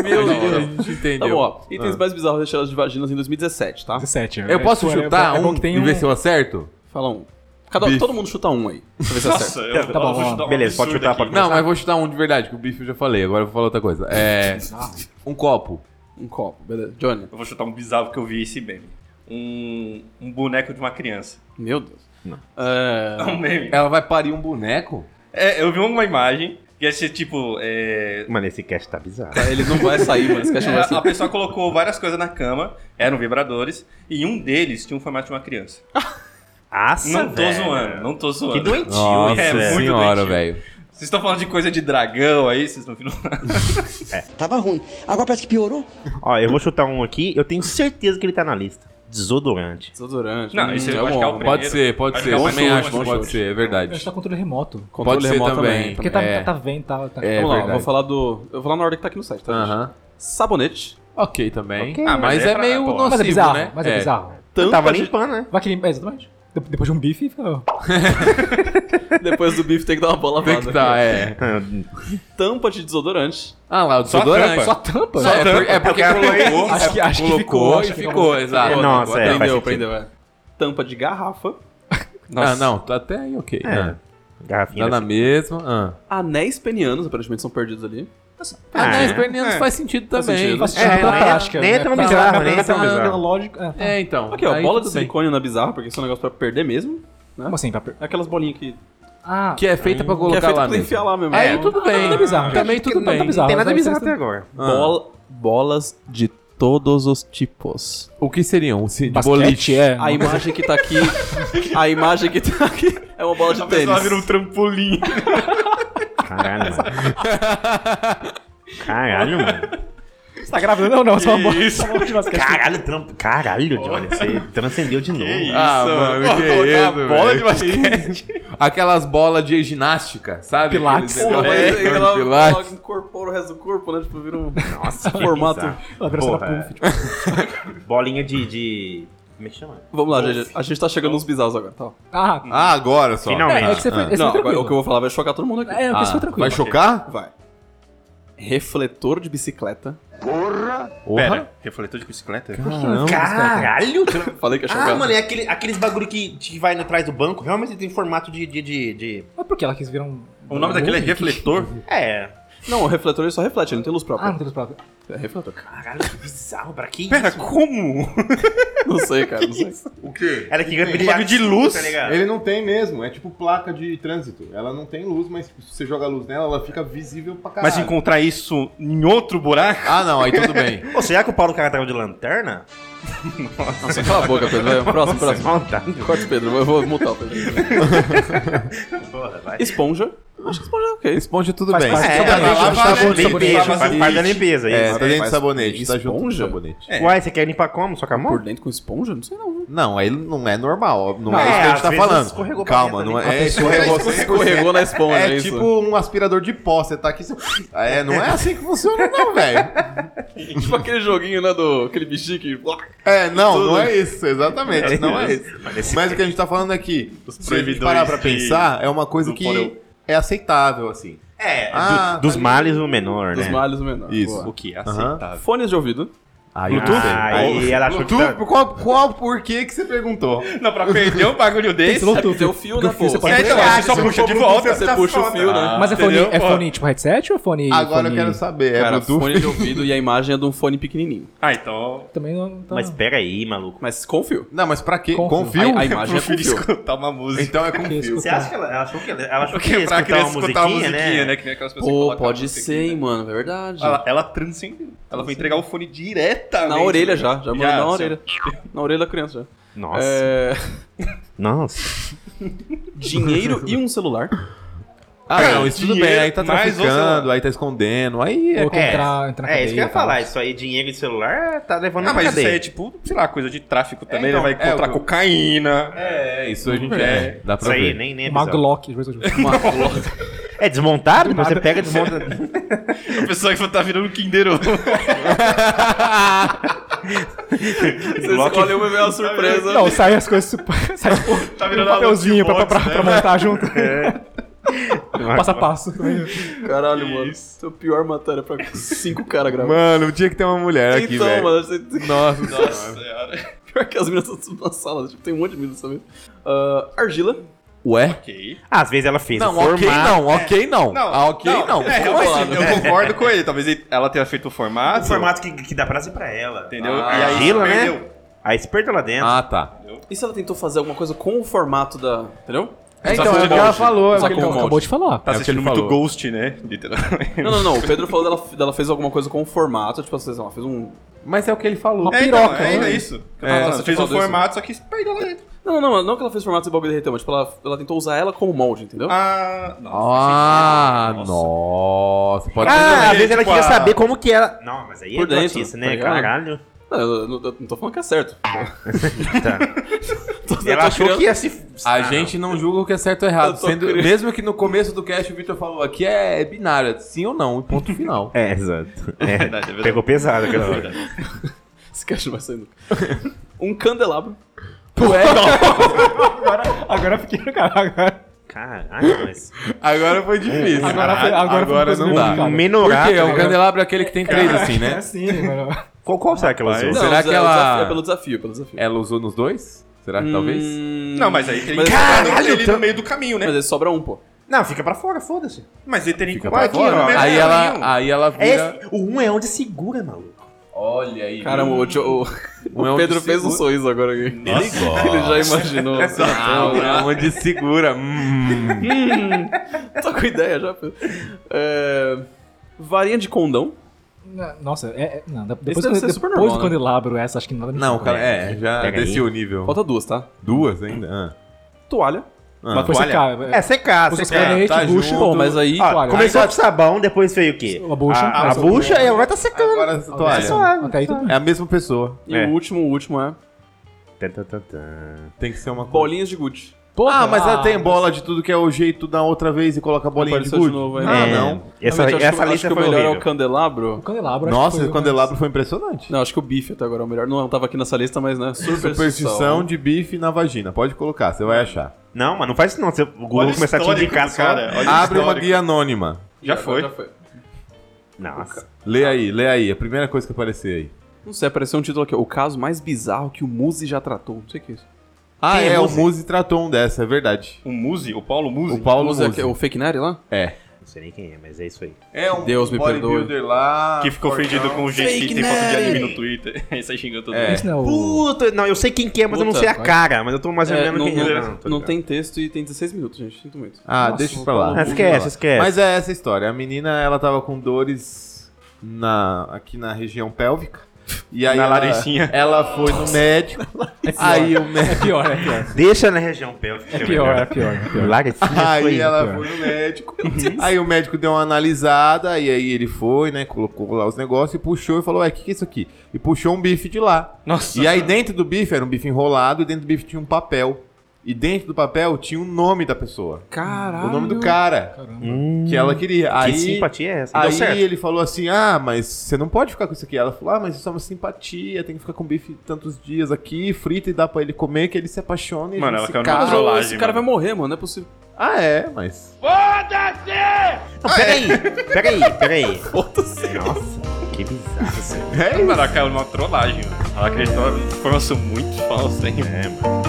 Speaker 1: Meu
Speaker 2: A gente-
Speaker 1: Deus.
Speaker 2: A gente
Speaker 1: Tá bom,
Speaker 2: entendeu.
Speaker 1: ó. Itens mais bizarros deixados de vaginas em 2017, tá?
Speaker 6: 17.
Speaker 2: Eu posso
Speaker 6: tipo, é,
Speaker 2: chutar um e ver se eu acerto?
Speaker 1: Fala um. Cada,
Speaker 2: Bife.
Speaker 1: todo mundo chuta um aí. Pra ver se acerta.
Speaker 5: eu
Speaker 6: Tá bom,
Speaker 5: vou
Speaker 6: ó.
Speaker 5: chutar um
Speaker 3: Beleza, pode
Speaker 5: absurdo
Speaker 3: chutar,
Speaker 5: aqui.
Speaker 3: pode
Speaker 2: Não, mas eu vou chutar um de verdade, que o bife eu já falei, agora eu vou falar outra coisa. É. Um copo.
Speaker 1: Um copo, beleza. Johnny.
Speaker 5: Eu vou chutar um bizarro que eu vi esse meme. Um, um boneco de uma criança.
Speaker 1: Meu Deus.
Speaker 3: Não.
Speaker 1: É...
Speaker 5: É um meme.
Speaker 2: Ela vai parir um boneco?
Speaker 5: É, eu vi uma imagem que ia ser tipo. é,
Speaker 3: Mano, esse cast tá bizarro.
Speaker 1: É, Ele não vai sair, mano. Esse cast não vai
Speaker 5: a, a
Speaker 1: sair.
Speaker 5: pessoa colocou várias coisas na cama, eram vibradores, e um deles tinha um formato de uma criança.
Speaker 3: Nossa,
Speaker 5: não tô
Speaker 3: velho.
Speaker 5: zoando, não tô zoando.
Speaker 3: Que doentio.
Speaker 2: Nossa
Speaker 5: é muito
Speaker 2: senhora,
Speaker 5: doentio.
Speaker 2: velho.
Speaker 5: Vocês estão falando de coisa de dragão aí, vocês estão
Speaker 9: Tava ruim. Agora parece que piorou.
Speaker 3: Ó, eu vou chutar um aqui. Eu tenho certeza que ele tá na lista. Desodorante.
Speaker 1: Desodorante. né? um
Speaker 5: Não, esse eu acho
Speaker 1: bom.
Speaker 5: que é o primeiro.
Speaker 2: Pode ser, pode
Speaker 5: Acho
Speaker 2: ser.
Speaker 5: que é
Speaker 2: Eu
Speaker 5: um
Speaker 2: também
Speaker 5: show,
Speaker 2: acho
Speaker 5: um
Speaker 2: que
Speaker 5: show.
Speaker 2: pode ser, é
Speaker 6: Eu acho
Speaker 2: verdade.
Speaker 6: que tá controle remoto.
Speaker 1: Controle
Speaker 2: Pode ser
Speaker 1: remoto
Speaker 2: também.
Speaker 1: também.
Speaker 6: Porque tá,
Speaker 2: É.
Speaker 6: tá vendo, tá. tá-
Speaker 2: É.
Speaker 1: Vamos lá,
Speaker 2: verdade.
Speaker 1: eu vou falar do. Eu vou falar na ordem que tá aqui no site, tá? gente?
Speaker 2: Aham.
Speaker 1: Sabonete.
Speaker 2: Ok também.
Speaker 3: Ok.
Speaker 2: Ah, mas,
Speaker 5: Mas
Speaker 2: é,
Speaker 5: é pra-
Speaker 2: meio
Speaker 5: pô,
Speaker 2: nocivo,
Speaker 6: Mas é bizarro,
Speaker 2: né?
Speaker 6: mas é, bizarro.
Speaker 3: Eu tava
Speaker 1: de-
Speaker 3: limpando, né?
Speaker 6: Vai que limpa, é, exatamente. De- Depois de um bife, fica.
Speaker 1: Depois do bife tem que dar uma bola
Speaker 2: Tem que tá, é.
Speaker 1: Tampa de desodorante.
Speaker 2: Ah lá, o
Speaker 5: Só
Speaker 2: desodorante.
Speaker 5: tampa.
Speaker 6: Só tampa,
Speaker 2: Só
Speaker 6: né?
Speaker 2: é, por- é porque colocou,
Speaker 6: Acho que- acho que
Speaker 2: colocou
Speaker 6: ficou, acho
Speaker 2: e
Speaker 6: que
Speaker 2: ficou,
Speaker 6: ficou.
Speaker 2: exato.
Speaker 3: É, nossa,
Speaker 2: Agora-
Speaker 3: é. faz
Speaker 1: Prendeu,
Speaker 3: sentido.
Speaker 1: prendeu, é. Tampa de garrafa.
Speaker 2: Ah, não, tá até aí ok. Ah,
Speaker 3: Garrafinha.
Speaker 2: Tá na
Speaker 3: dessa-
Speaker 2: mesma. Ah,
Speaker 1: Anéis penianos, aparentemente são perdidos ali.
Speaker 3: Ah,
Speaker 2: ah não, é. faz sentido
Speaker 1: Faz
Speaker 2: também.
Speaker 1: sentido, faz
Speaker 6: Assistindo
Speaker 3: É,
Speaker 6: pela
Speaker 3: nem-
Speaker 6: prática, né?
Speaker 3: nem é tão
Speaker 6: Pra-
Speaker 3: bizarro,
Speaker 6: pra-
Speaker 3: nem
Speaker 6: pra-
Speaker 3: é tão
Speaker 6: pra-
Speaker 3: bizarro.
Speaker 6: lógico, é, tá.
Speaker 2: É, então.
Speaker 1: Aqui, ó,
Speaker 2: aí
Speaker 1: bola de
Speaker 2: tudo bem.
Speaker 1: silicone na bizarra, porque esse é um negócio pra perder mesmo. É
Speaker 6: Como assim? Pra... per-
Speaker 1: Aquelas bolinhas que,
Speaker 6: Ah,
Speaker 2: Que é feita pra
Speaker 1: que é
Speaker 2: colocar
Speaker 1: feito
Speaker 2: lá
Speaker 1: pra
Speaker 2: mesmo.
Speaker 1: enfiar lá mesmo.
Speaker 2: Aí
Speaker 1: É.
Speaker 2: tudo bem.
Speaker 6: tá bizarro.
Speaker 2: Também tudo
Speaker 6: Não tá
Speaker 2: bem.
Speaker 6: bizarro,
Speaker 3: Não tem nada
Speaker 6: mas
Speaker 3: bizarro
Speaker 6: deve
Speaker 3: até
Speaker 6: ser-
Speaker 3: agora.
Speaker 1: Bol- bolas de todos os tipos.
Speaker 2: O que seriam? Se de
Speaker 6: Basquete,
Speaker 2: boliche.
Speaker 6: é.
Speaker 1: A imagem que tá aqui. A imagem que tá aqui é uma bola de tênis.
Speaker 3: um
Speaker 5: um trampolim.
Speaker 3: Caralho, mano. Caralho, mano.
Speaker 6: Você tá grávida? Não, não, só uma bola.
Speaker 5: Isso.
Speaker 6: Só uma bola de basquete.
Speaker 3: Caralho, trampo. Caralho, Johnny. Você transcendeu de novo.
Speaker 2: Ah, mano, que
Speaker 5: Colocar
Speaker 2: isso,
Speaker 5: a bola
Speaker 2: velho.
Speaker 5: de basquete.
Speaker 2: Aquelas bolas de ginástica, sabe?
Speaker 6: Pilates.
Speaker 2: Aqueles
Speaker 1: Porra, mas
Speaker 2: negócios É,
Speaker 1: aí
Speaker 2: de
Speaker 1: ela, ela
Speaker 2: Pilates.
Speaker 1: incorpora o resto do corpo, né? Tipo, vira um
Speaker 3: Nossa, que
Speaker 1: formato.
Speaker 3: bizarro.
Speaker 6: Ela vira cena
Speaker 3: Porra.
Speaker 6: puff, tipo,
Speaker 3: Bolinha de, de. Como é que chama?
Speaker 1: Vamos lá, gente. A gente tá chegando nos bizarros agora. Tá.
Speaker 6: Ah,
Speaker 2: Ah, agora só.
Speaker 6: é, é
Speaker 3: Finalmente.
Speaker 6: que você foi. Esse
Speaker 1: Ah. Não, agora,
Speaker 6: foi
Speaker 1: o que eu
Speaker 6: tranquilo.
Speaker 1: vou falar vai chocar todo mundo aqui.
Speaker 6: É, o que esse foi
Speaker 2: Ah, vai
Speaker 6: tranquilo.
Speaker 2: chocar?
Speaker 1: Vai. Refletor de bicicleta.
Speaker 5: Pera, refletor de bicicleta?
Speaker 3: Caralho!
Speaker 1: Falei que ia chocar.
Speaker 3: Ah, mano, é aquele, aqueles bagulho que, que vai atrás do banco. Realmente tem formato de. de, de, de-
Speaker 6: Mas por que ela quis virar um.
Speaker 5: O nome daquele é
Speaker 6: Que-
Speaker 5: refletor?
Speaker 3: É.
Speaker 1: Não, o refletor ele só reflete, ele não tem luz própria.
Speaker 6: Ah, não tem luz própria.
Speaker 1: É refletor.
Speaker 3: Caralho, que bizarro. Pra que
Speaker 5: Pera,
Speaker 3: isso?
Speaker 5: como? Um
Speaker 1: Não sei, cara, não sei.
Speaker 2: O quê?
Speaker 3: Era é que brilhar
Speaker 5: bagulho de luz.
Speaker 3: Tá ligado?
Speaker 2: Ele não tem mesmo, é tipo placa de trânsito. Ela não tem luz, mas tipo, se você joga a luz nela, ela fica visível pra caralho.
Speaker 5: Mas encontrar isso em outro buraco?
Speaker 2: Ah, não, aí tudo bem.
Speaker 3: Ô, será que o Paulo Caga tava de lanterna?
Speaker 1: Nossa, cala a boca, Pedro. Vai, próximo, próximo.
Speaker 3: Vontade.
Speaker 1: Corta o Pedro, eu vou mutar o Pedro.
Speaker 3: Porra, vai.
Speaker 1: Esponja. Acho que esponja é ok.
Speaker 2: Responde tudo bem.
Speaker 6: parte
Speaker 3: É, tá
Speaker 6: do trabalho.
Speaker 3: dentro
Speaker 6: Lavar,
Speaker 3: do
Speaker 6: né?
Speaker 3: sabonete,
Speaker 6: Limpeza,
Speaker 3: faz parte da limpeza.
Speaker 2: É,
Speaker 3: isso.
Speaker 2: tá dentro do sabonete,
Speaker 1: Mas
Speaker 2: tá junto com
Speaker 1: esponja?
Speaker 2: sabonete.
Speaker 3: Ué, você quer limpar como? Só com a mão?
Speaker 1: Por dentro com esponja? Não sei não.
Speaker 2: Não, aí não é normal, ó, não, é
Speaker 3: É,
Speaker 2: isso que a
Speaker 3: às
Speaker 2: gente tá
Speaker 3: vezes
Speaker 2: falando.
Speaker 3: escorregou
Speaker 2: Calma,
Speaker 3: pra
Speaker 2: não
Speaker 3: dentro,
Speaker 2: é, é
Speaker 1: Escorregou, escorregou na esponja,
Speaker 2: É,
Speaker 1: é isso?
Speaker 2: tipo um aspirador de pó, você tá aqui. você- É, não é assim que funciona, não, velho.
Speaker 1: Tipo aquele joguinho, né, do... Aquele bichinho que...
Speaker 2: É, não, não é isso, exatamente, não é isso.
Speaker 3: Parece-
Speaker 2: Mas o que a gente tá falando aqui, se a gente
Speaker 5: proibidores
Speaker 2: parar pra
Speaker 5: de-
Speaker 2: pensar, é uma coisa
Speaker 5: do
Speaker 2: que
Speaker 5: porão.
Speaker 2: é aceitável, assim.
Speaker 3: É,
Speaker 2: Ah,
Speaker 3: do- dos males o menor,
Speaker 1: Dos
Speaker 3: né?
Speaker 1: males o menor.
Speaker 2: Isso.
Speaker 1: Boa.
Speaker 5: que é
Speaker 2: Aham.
Speaker 1: Fones de ouvido.
Speaker 2: Aí, eu
Speaker 3: Bluetooth?
Speaker 2: não sei.
Speaker 3: Aí ela achou que
Speaker 2: Bluetooth?
Speaker 3: tá-
Speaker 2: Qual, qual por que que você perguntou?
Speaker 5: Não, pra perder um bagulho desse.
Speaker 1: Tem que ter o fio, né, pô?
Speaker 6: você
Speaker 5: É, então,
Speaker 2: Ah,
Speaker 5: você tá só
Speaker 2: se
Speaker 5: puxa
Speaker 2: for
Speaker 5: de
Speaker 2: Bluetooth,
Speaker 5: volta.
Speaker 1: Você puxa o fio, né?
Speaker 6: Mas é fone,
Speaker 5: entendeu?
Speaker 6: é
Speaker 5: Ó.
Speaker 6: fone tipo headset ou fone.
Speaker 2: Agora eu
Speaker 6: fone-
Speaker 2: quero saber, é
Speaker 1: Cara,
Speaker 2: Bluetooth?
Speaker 1: fone de ouvido e a imagem é de um fone pequenininho.
Speaker 5: Ah, então.
Speaker 6: Também não tá.
Speaker 3: Mas pera aí, maluco.
Speaker 1: Mas com fio.
Speaker 2: Não, mas pra quê?
Speaker 6: Com
Speaker 2: Com
Speaker 1: A,
Speaker 2: fio?
Speaker 1: a imagem é com
Speaker 5: Prefiro
Speaker 1: fio.
Speaker 5: escutar tá uma música.
Speaker 2: Então é com
Speaker 6: Que
Speaker 2: fio.
Speaker 6: escutar.
Speaker 3: Você acha que ela, ela achou que ela, ela achou
Speaker 5: Então,
Speaker 3: que ia
Speaker 5: pra
Speaker 3: escutar,
Speaker 5: criança
Speaker 3: uma
Speaker 5: escutar uma
Speaker 3: musiquinha,
Speaker 5: musiquinha,
Speaker 3: né?
Speaker 5: né? Que nem aquelas pessoas que
Speaker 1: Pô,
Speaker 5: colocam a
Speaker 1: pode
Speaker 5: musiquinha,
Speaker 1: ser, hein,
Speaker 5: né?
Speaker 1: mano. é Verdade.
Speaker 5: Ela, ela transcendeu. Ela foi entregar o fone diretamente.
Speaker 1: Na orelha já. Já mandou na
Speaker 5: assim,
Speaker 1: orelha. Na orelha da criança já.
Speaker 3: Nossa,
Speaker 1: É,
Speaker 3: nossa.
Speaker 1: dinheiro e um celular.
Speaker 2: Ah, não, isso tudo bem.
Speaker 5: Dinheiro,
Speaker 2: Aí tá
Speaker 5: mais o
Speaker 2: traficando, aí tá escondendo, aí é...
Speaker 6: Ou que
Speaker 3: É,
Speaker 6: entrar, entrar na
Speaker 3: É, isso que eu ia
Speaker 6: cadeia e tal.
Speaker 3: falar. Isso aí, dinheiro e celular, tá levando
Speaker 5: tá Ah,
Speaker 3: pra
Speaker 5: mas isso
Speaker 3: cadeia.
Speaker 5: aí é tipo, sei lá, coisa de tráfico também.
Speaker 2: então, é,
Speaker 5: ele vai comprar
Speaker 2: eu-
Speaker 5: cocaína.
Speaker 2: É, isso a gente
Speaker 5: É.
Speaker 2: é. Dá pra
Speaker 3: Isso aí,
Speaker 2: ver.
Speaker 3: nem, nem é
Speaker 6: Uma
Speaker 3: bizarro.
Speaker 6: Glock.
Speaker 1: Uma
Speaker 3: É desmontado? Depois você pega e desmonta.
Speaker 5: A pessoa que tá virando Kinder Ovo.
Speaker 1: Você escolhe uma e vem uma surpresa.
Speaker 6: Não, sai as coisas. Sai
Speaker 5: Tá
Speaker 6: um
Speaker 5: virando a
Speaker 6: papelzinho pra,
Speaker 5: loot
Speaker 6: pra-
Speaker 5: box,
Speaker 6: pra
Speaker 5: né?
Speaker 6: montar junto. Passo a passo.
Speaker 1: Caralho, mano. Isso é a pior matéria pra cinco caras gravando.
Speaker 2: Mano, tinha que ter uma mulher aqui,
Speaker 1: então,
Speaker 2: velho.
Speaker 1: mano, você...
Speaker 2: Nossa,
Speaker 5: Nossa senhora.
Speaker 1: pior que as minas estão tudo na sala. Tipo, tem um monte de minas também. Ah, argila. Ué?
Speaker 5: Ok.
Speaker 3: Às vezes ela fez.
Speaker 2: Não,
Speaker 3: o
Speaker 2: ok
Speaker 3: formato.
Speaker 2: não, ok não. Ah, ok não.
Speaker 5: É, eu,
Speaker 2: Como assim?
Speaker 5: concordo, eu concordo com ele. Talvez ele- ela tenha feito o formato.
Speaker 3: O formato que, que dá prazer pra ela.
Speaker 5: Entendeu?
Speaker 2: Ah,
Speaker 5: e aí
Speaker 3: argila,
Speaker 5: você
Speaker 3: né?
Speaker 5: perdeu. Tá
Speaker 3: Aí se perdeu lá dentro.
Speaker 2: Ah, tá.
Speaker 1: E se ela tentou fazer alguma coisa com o formato da... Entendeu?
Speaker 2: É,
Speaker 5: Só
Speaker 2: então, é
Speaker 5: se
Speaker 2: o que ela
Speaker 5: molde.
Speaker 2: falou. é
Speaker 1: Só
Speaker 2: o que
Speaker 1: com
Speaker 2: ele
Speaker 1: o molde.
Speaker 2: falou.
Speaker 6: Acabou de
Speaker 5: Tá
Speaker 6: falar.
Speaker 2: É o que
Speaker 5: assistindo
Speaker 2: ele
Speaker 5: muito
Speaker 2: falou.
Speaker 5: Ghost, né? Literalmente.
Speaker 1: Não, não, não. O Pedro falou dela, dela fez alguma coisa com o formato. Tipo, sei lá, fez um...
Speaker 2: Mas é o que ele falou.
Speaker 6: Uma
Speaker 5: É, então,
Speaker 6: piroca,
Speaker 5: é,
Speaker 6: né?
Speaker 5: é isso.
Speaker 1: É,
Speaker 5: Ela
Speaker 1: você
Speaker 5: fez o
Speaker 1: falou disso.
Speaker 5: formato, só que perdeu lá dentro.
Speaker 1: Não, não, não. Não que ela fez formato e o bagulho derreteu. Mas, tipo, ela, ela tentou usar ela como molde, entendeu?
Speaker 5: Ah,
Speaker 2: Ah,
Speaker 5: nossa.
Speaker 2: nossa. Pode
Speaker 3: Ah, às
Speaker 5: Tipo,
Speaker 3: vezes ela queria
Speaker 5: a-
Speaker 3: saber como que ela. Não, mas aí
Speaker 1: Por
Speaker 3: é
Speaker 1: dentro,
Speaker 3: notícia,
Speaker 1: tá
Speaker 3: né?
Speaker 1: ligado?
Speaker 3: Caralho.
Speaker 1: Não, eu, não- eu não tô falando que é certo.
Speaker 3: Tá.
Speaker 1: Tô- eu
Speaker 3: Ela
Speaker 1: tô
Speaker 3: achou
Speaker 1: criando-
Speaker 3: que ia se.
Speaker 2: A
Speaker 3: Ah,
Speaker 2: gente não julga o que é certo ou
Speaker 1: Eu
Speaker 2: errado.
Speaker 1: tô
Speaker 2: sendo-
Speaker 1: criando.
Speaker 2: mesmo que no começo do cast o Victor falou aqui é binário, é sim ou não, e ponto final.
Speaker 3: É, exato. É,
Speaker 5: verdade, é verdade.
Speaker 3: Pegou pesado aquela hora.
Speaker 1: Esse cast não vai sair nunca. Um candelabro.
Speaker 6: Agora eu fiquei no caralho.
Speaker 3: Caralho, mas.
Speaker 2: Agora foi difícil.
Speaker 6: Agora foi- agora foi coisa
Speaker 2: não
Speaker 6: complicada.
Speaker 2: dá.
Speaker 3: Um
Speaker 2: Por
Speaker 3: menorá.
Speaker 2: quê? É
Speaker 3: tá
Speaker 2: um
Speaker 3: ligado?
Speaker 2: candelabro é aquele que tem três assim,
Speaker 6: É
Speaker 2: né?
Speaker 6: assim, mano.
Speaker 3: Qual, qual será que ela usou?
Speaker 1: Não,
Speaker 2: Será
Speaker 1: o
Speaker 2: que
Speaker 1: desa-
Speaker 2: ela-
Speaker 1: o desafio- é pelo desafio, pelo desafio.
Speaker 2: Ela usou nos dois? Será que talvez?
Speaker 1: Hum,
Speaker 5: Não, mas aí tem
Speaker 1: Mas-
Speaker 5: que
Speaker 3: Caralho,
Speaker 5: caralho, ele
Speaker 3: então-
Speaker 5: no meio do caminho, né?
Speaker 1: Mas aí sobra um, pô.
Speaker 3: Não, fica pra fora, foda-se.
Speaker 5: Mas ele teria que
Speaker 2: Fica
Speaker 5: comprar
Speaker 2: pra
Speaker 5: aqui, ó,
Speaker 2: fora.
Speaker 5: no meio do
Speaker 2: Aí
Speaker 5: caminho.
Speaker 2: ela, aí ela
Speaker 3: É
Speaker 2: vira.
Speaker 3: esse- o 1 um é onde segura, maluco.
Speaker 2: Olha aí.
Speaker 1: Caramba, o, Jo- o-
Speaker 2: Um é
Speaker 1: o
Speaker 2: onde
Speaker 1: Pedro fez um
Speaker 2: segura-
Speaker 1: sorriso agora aqui. Ele já imaginou. Tá
Speaker 2: Ah, um é onde segura. Hum.
Speaker 1: Tô com ideia já, Pedro. É, Varinha de condão.
Speaker 6: Não, Nossa, é. é- Não, depois
Speaker 1: deve
Speaker 6: quando,
Speaker 1: ser
Speaker 6: depois
Speaker 1: super
Speaker 6: do
Speaker 1: normal, né?
Speaker 6: candelabro, essa, acho que nada me
Speaker 2: Não,
Speaker 6: choca.
Speaker 2: cara, é, já
Speaker 3: Pega aí.
Speaker 2: desceu o nível.
Speaker 1: Falta duas, tá?
Speaker 2: Duas ainda?
Speaker 1: Toalha.
Speaker 2: Ah.
Speaker 6: Depois você cai.
Speaker 3: É, secar,
Speaker 6: Os
Speaker 3: secar.
Speaker 6: permanente,
Speaker 2: tá
Speaker 6: bucho,
Speaker 2: junto.
Speaker 1: Bom, mas aí.
Speaker 3: Ó,
Speaker 6: toalha.
Speaker 3: começou com sabão, depois veio o quê?
Speaker 6: A bucha.
Speaker 3: A, a
Speaker 6: Mas-
Speaker 3: bucha e agora tá secando.
Speaker 2: é, Agora essa toalha.
Speaker 6: Até aí tudo bem.
Speaker 2: É a mesma pessoa.
Speaker 1: E
Speaker 3: É.
Speaker 1: o último, o último é.
Speaker 3: Tã, tã, tã, tã.
Speaker 2: Tem que ser uma coisa.
Speaker 1: Bolinhas de Gucci.
Speaker 2: Ah, mas ela
Speaker 6: Ah,
Speaker 2: tem bola de tudo que é o jeito da outra vez e coloca a bolinha de
Speaker 1: Apareceu
Speaker 2: gude.
Speaker 1: de novo aí.
Speaker 2: ah,
Speaker 3: É,
Speaker 2: não.
Speaker 3: Essa,
Speaker 1: Realmente, acho
Speaker 3: essa
Speaker 1: que, acho que
Speaker 3: lista foi
Speaker 1: o melhor
Speaker 3: horrível.
Speaker 1: é o candelabro.
Speaker 6: O candelabro. acho que
Speaker 2: Nossa,
Speaker 6: foi um
Speaker 2: o
Speaker 6: o
Speaker 2: candelabro foi impressionante.
Speaker 1: Não, acho que o bife até agora é o melhor. Não tava aqui nessa lista, mas né? Superstição.
Speaker 2: Superstição de bife na vagina. Pode colocar, você vai achar.
Speaker 3: Não, mas não faz isso não. Se o Google
Speaker 5: Olha o
Speaker 3: começar a te
Speaker 5: histórico
Speaker 3: indicar
Speaker 5: do
Speaker 3: só...
Speaker 5: cara, olha o
Speaker 2: Abre uma
Speaker 5: histórico.
Speaker 2: guia anônima.
Speaker 5: Já
Speaker 1: Agora
Speaker 5: foi.
Speaker 1: Já foi.
Speaker 3: Nossa.
Speaker 2: Lê aí, lê aí. A primeira coisa que aparecer aí.
Speaker 1: Não sei, apareceu um título aqui. ó, O caso mais bizarro que o Muzi já tratou. Não sei o que é isso.
Speaker 2: Ah,
Speaker 3: Quem é
Speaker 2: é, o
Speaker 3: Muzi?
Speaker 2: Muzi tratou um dessa, é verdade.
Speaker 5: O Muzi, o Paulo
Speaker 2: O
Speaker 5: Muzi.
Speaker 2: Paulo
Speaker 1: Muzi é
Speaker 2: Muzi.
Speaker 1: que- o Fake Nerd lá?
Speaker 2: É.
Speaker 3: Não sei nem quem é, mas é isso aí.
Speaker 2: É um
Speaker 1: Deus me
Speaker 2: bodybuilder lá.
Speaker 5: Que ficou
Speaker 2: fortão.
Speaker 5: ofendido com o jeito
Speaker 9: Fake
Speaker 5: que tem foto de
Speaker 9: nerd.
Speaker 5: anime no Twitter. Esse aí xingou todo
Speaker 2: É.
Speaker 5: mundo.
Speaker 6: Esse não é o.
Speaker 3: Puta, não, eu sei quem que é, mas eu não
Speaker 1: Puta,
Speaker 3: sei a
Speaker 1: vai.
Speaker 3: cara. Mas eu tô mais ou
Speaker 1: É,
Speaker 3: menos
Speaker 1: não,
Speaker 3: quem é.
Speaker 1: não,
Speaker 3: tô
Speaker 1: não
Speaker 3: ligado.
Speaker 1: tem texto e tem 16 minutos, gente. Sinto muito.
Speaker 2: Ah,
Speaker 6: Nossa,
Speaker 2: deixa
Speaker 6: o
Speaker 2: pra lá.
Speaker 6: Paulo
Speaker 3: Muzi. Esquece, esquece.
Speaker 2: Mas é essa a história. A menina, ela tava com dores na, aqui na região pélvica. E aí
Speaker 5: Na
Speaker 2: ela,
Speaker 5: laricinha.
Speaker 2: ela foi no médico. aí o médico.
Speaker 6: É pior, é pior.
Speaker 3: Deixa na região pélvica.
Speaker 6: É pior, é pior. é pior.
Speaker 3: Laricinha
Speaker 2: Aí
Speaker 3: foi
Speaker 2: ela
Speaker 3: pior.
Speaker 2: foi no médico. aí o médico deu uma analisada. E aí ele foi, né? Colocou lá os negócios e puxou e falou: Ué, o que, que é isso aqui? E puxou um bife de lá.
Speaker 5: Nossa.
Speaker 2: E aí dentro do bife era um bife enrolado. E dentro do bife tinha um papel. E dentro do papel tinha o nome da pessoa.
Speaker 1: Caralho.
Speaker 2: O nome do cara
Speaker 3: Hum,
Speaker 2: que ela queria.
Speaker 3: que
Speaker 2: Aí,
Speaker 3: simpatia é essa?
Speaker 2: Aí
Speaker 3: Deu certo.
Speaker 2: ele falou assim: Ah, mas você não pode ficar com isso aqui. Ela falou: Ah, mas isso é uma simpatia, tem que ficar com bife tantos dias aqui, frita e dá pra ele comer, que ele se apaixona e
Speaker 5: Mano,
Speaker 2: a gente
Speaker 5: ela
Speaker 2: se
Speaker 5: caiu numa
Speaker 1: Mas
Speaker 2: casa.
Speaker 1: o-
Speaker 5: trollagem,
Speaker 1: esse cara vai
Speaker 5: mano.
Speaker 1: morrer, mano. Não é possível.
Speaker 2: Ah, é, mas.
Speaker 3: Não, peraí, peraí, peraí. Nossa. Que bizarro, velho.
Speaker 2: É isso.
Speaker 5: Caraca, é uma trollagem, mano. Ela acreditou numa informação muito falsa, hein?
Speaker 3: É, mano.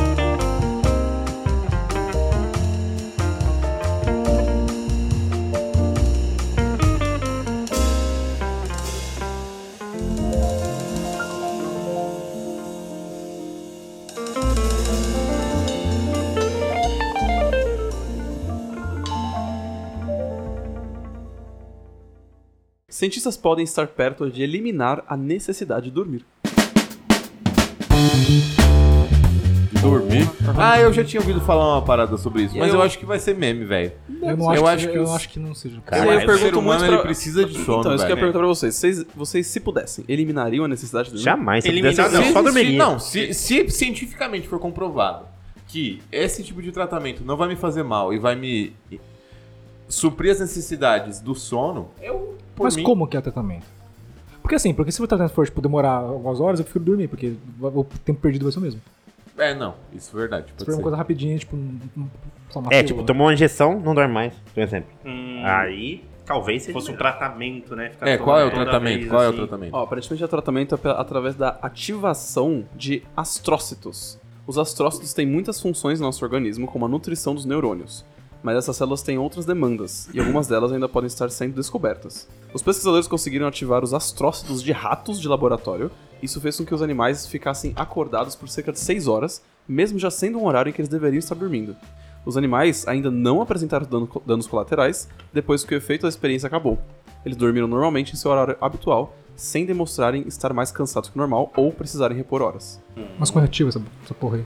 Speaker 1: Cientistas podem estar perto de eliminar a necessidade de dormir.
Speaker 2: Dormir. Ah, eu já tinha ouvido falar uma parada sobre isso, mas
Speaker 1: Eu-
Speaker 2: eu, acho que vai ser meme, velho.
Speaker 6: Eu, não
Speaker 2: Eu
Speaker 6: acho,
Speaker 2: acho
Speaker 6: que,
Speaker 2: que
Speaker 6: eu
Speaker 2: os-
Speaker 6: acho que não seja.
Speaker 1: Mas
Speaker 3: Cara,
Speaker 1: aí eu
Speaker 3: mas o
Speaker 1: pergunto
Speaker 2: Ah, ser humano,
Speaker 1: muito
Speaker 2: ele
Speaker 1: pra-
Speaker 2: precisa de sono,
Speaker 1: Então, isso que eu ia
Speaker 2: velho.
Speaker 1: perguntar pra vocês. vocês. Vocês, se pudessem, eliminariam a necessidade de dormir?
Speaker 3: Jamais. Se
Speaker 5: Eliminar,
Speaker 3: pudesse, eu
Speaker 5: não.
Speaker 3: só
Speaker 2: se-
Speaker 3: dormiria.
Speaker 2: Não, se, se cientificamente for comprovado que esse tipo de tratamento não vai me fazer mal e vai me suprir as necessidades do sono, eu por
Speaker 6: Mas
Speaker 2: mim,
Speaker 6: como que é o tratamento? Porque assim, porque se o tratamento for, tipo, demorar algumas horas, eu prefiro dormir, porque o tempo perdido vai ser o mesmo.
Speaker 2: É, não, isso é verdade. pode
Speaker 6: Se for uma
Speaker 2: ser.
Speaker 6: coisa rapidinha, tipo, um- um- só uma
Speaker 3: É,
Speaker 6: pílula.
Speaker 3: tipo, tomou uma injeção, não dorme mais, por exemplo.
Speaker 5: Hum,
Speaker 3: Aí, talvez seja
Speaker 5: fosse um
Speaker 3: melhor.
Speaker 5: tratamento, né? Ficar
Speaker 2: É, qual é o
Speaker 5: toda- toda
Speaker 2: tratamento?
Speaker 5: vez,
Speaker 2: Qual é o
Speaker 5: assim.
Speaker 2: tratamento?
Speaker 1: Ó, aparentemente o tratamento é pe- através da ativação de astrócitos. Os astrócitos têm muitas funções no nosso organismo, como a nutrição dos neurônios. Mas essas células têm outras demandas, e algumas delas ainda podem estar sendo descobertas. Os pesquisadores conseguiram ativar os astrócitos de ratos de laboratório. Isso fez com que os animais ficassem acordados por cerca de 6 horas, mesmo já sendo um horário em que eles deveriam estar dormindo. Os animais ainda não apresentaram dano- danos colaterais depois que o efeito da experiência acabou. Eles dormiram normalmente em seu horário habitual, sem demonstrarem estar mais cansados que o normal ou precisarem repor horas.
Speaker 6: Mas corretivo essa, essa porra aí.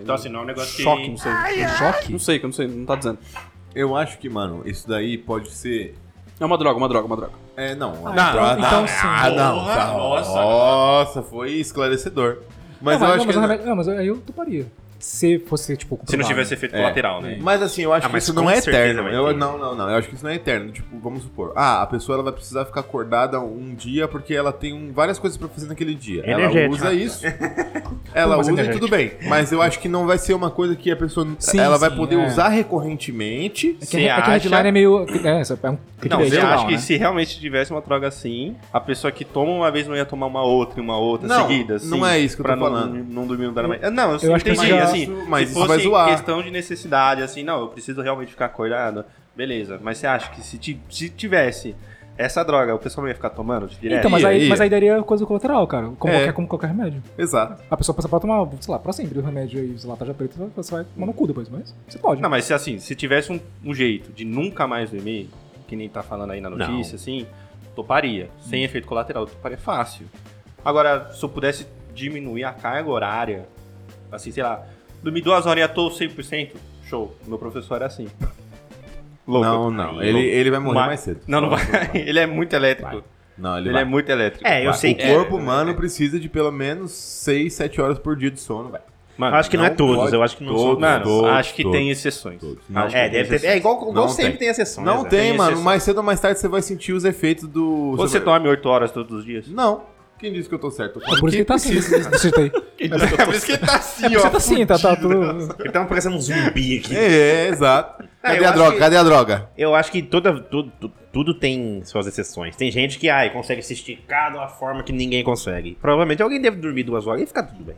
Speaker 5: Então, assim, não é um negócio
Speaker 1: choque,
Speaker 5: que...
Speaker 1: não sei. choque? Não sei, que eu não sei, não tá dizendo.
Speaker 2: Eu acho que, mano, isso daí pode ser.
Speaker 1: É uma droga, uma droga, uma droga.
Speaker 2: É, não. Não,
Speaker 6: então- então sim.
Speaker 2: Ah, não.
Speaker 5: Porra,
Speaker 2: tá.
Speaker 5: nossa.
Speaker 2: Nossa, foi esclarecedor. Mas eu
Speaker 6: não,
Speaker 2: acho
Speaker 6: mas,
Speaker 2: que.
Speaker 6: o remédio- não, mas aí eu toparia. Se fosse, tipo,
Speaker 5: Se não
Speaker 6: comprovado.
Speaker 5: tivesse efeito
Speaker 2: É.
Speaker 5: colateral, né?
Speaker 2: Mas assim, eu acho
Speaker 3: Ah,
Speaker 2: que
Speaker 3: mas
Speaker 2: isso
Speaker 3: com
Speaker 2: não é
Speaker 3: certeza
Speaker 2: eterno.
Speaker 3: vai
Speaker 2: Eu,
Speaker 3: ter.
Speaker 2: não, não, não. Eu acho que isso não é eterno. Tipo, vamos supor. Ah, a pessoa ela vai precisar ficar acordada um dia porque ela tem um- várias coisas pra fazer naquele dia. Ela
Speaker 3: Energético.
Speaker 2: usa isso. ela
Speaker 6: Mas
Speaker 2: usa e
Speaker 6: energético.
Speaker 2: tudo bem. Mas eu acho que não vai ser uma coisa que a pessoa.
Speaker 6: Sim,
Speaker 2: ela vai
Speaker 6: sim,
Speaker 2: poder
Speaker 6: é.
Speaker 2: usar recorrentemente.
Speaker 6: É que,
Speaker 5: Você
Speaker 6: é que a headline
Speaker 5: acha-
Speaker 6: é meio. É, essa- é um
Speaker 5: Não,
Speaker 6: clickbait
Speaker 5: eu
Speaker 6: geral,
Speaker 5: acho que
Speaker 6: né?
Speaker 5: se realmente tivesse uma droga assim, a pessoa que toma uma vez não ia tomar uma outra e uma outra
Speaker 2: Não,
Speaker 5: seguida, assim.
Speaker 2: não é isso que eu
Speaker 5: pra
Speaker 2: tô
Speaker 5: não,
Speaker 2: falando.
Speaker 5: Não dormir no mais. Não, eu,
Speaker 6: Eu acho que
Speaker 5: entendi,
Speaker 6: isso já-
Speaker 5: assim,
Speaker 2: mas
Speaker 5: se
Speaker 2: isso vai
Speaker 5: fosse
Speaker 2: zoar.
Speaker 5: questão de necessidade, assim, não, eu preciso realmente ficar acordado, beleza. Mas você acha que se, ti- se tivesse essa droga, o pessoal não ia ficar tomando direto?
Speaker 6: Então, mas
Speaker 2: Ia,
Speaker 6: aí,
Speaker 2: ia.
Speaker 6: mas aí daria coisa colateral, cara. Como,
Speaker 2: É.
Speaker 6: qualquer, como qualquer remédio.
Speaker 2: Exato.
Speaker 6: A pessoa passa pra tomar, sei lá, pra sempre o remédio aí, sei lá, tarja preta, você vai tomar no cu depois, mas você pode.
Speaker 5: Não, mas se, assim, se tivesse um, um jeito de nunca mais dormir, que nem tá falando aí na
Speaker 3: Não. Hum.
Speaker 5: notícia, assim, toparia. Sem efeito colateral, toparia fácil. Agora, se eu pudesse diminuir a carga horária, assim, sei lá, dormir duas horas e eu tô 100%, show. Meu professor era assim. Louco.
Speaker 2: Não, não.
Speaker 5: Aí,
Speaker 2: Ele,
Speaker 5: louco.
Speaker 2: ele vai morrer
Speaker 5: Mas-
Speaker 2: mais cedo.
Speaker 5: Não, não vai. Ele é muito elétrico.
Speaker 2: Não, ele,
Speaker 5: Ele
Speaker 2: vai.
Speaker 5: é muito elétrico.
Speaker 3: É, eu
Speaker 5: Vai.
Speaker 3: sei
Speaker 2: o
Speaker 3: que.
Speaker 2: corpo humano precisa de pelo menos 6, 7 horas por dia de sono, velho.
Speaker 5: Mano,
Speaker 3: Acho que não, é
Speaker 2: Não
Speaker 3: todos,
Speaker 2: pode.
Speaker 3: eu acho que não
Speaker 2: Todos,
Speaker 3: são
Speaker 5: mano,
Speaker 3: todos.
Speaker 2: todos,
Speaker 5: acho que
Speaker 2: todos,
Speaker 5: tem exceções.
Speaker 2: todos.
Speaker 5: Acho que
Speaker 3: É,
Speaker 5: tem
Speaker 3: deve ter.
Speaker 5: exceções.
Speaker 3: É igual, igual
Speaker 2: Não
Speaker 3: sempre
Speaker 2: tem.
Speaker 3: tem, exceções.
Speaker 2: Não
Speaker 3: né?
Speaker 2: tem,
Speaker 5: Tem
Speaker 2: mano.
Speaker 5: exceção.
Speaker 2: Mais cedo ou mais tarde você vai sentir os efeitos do.
Speaker 5: Ou você dorme 8 horas todos os dias?
Speaker 2: Não. Quem disse que eu tô certo? Eu
Speaker 6: É por isso que ele tá assim, desse desse jeito aí.
Speaker 5: É por isso que ele tá assim,
Speaker 6: É por isso que ele tá assim, tá, tá tudo.
Speaker 3: Ele tava parecendo um zumbi aqui.
Speaker 2: É, é, exato. Cadê
Speaker 3: eu
Speaker 2: a
Speaker 3: acho
Speaker 2: droga?
Speaker 3: que-
Speaker 2: Cadê a droga?
Speaker 3: Eu acho que toda, tudo, tu- tudo tem suas exceções. Tem gente que ai, consegue se esticar de uma forma que ninguém consegue. Provavelmente alguém deve dormir duas horas e ficar tudo bem.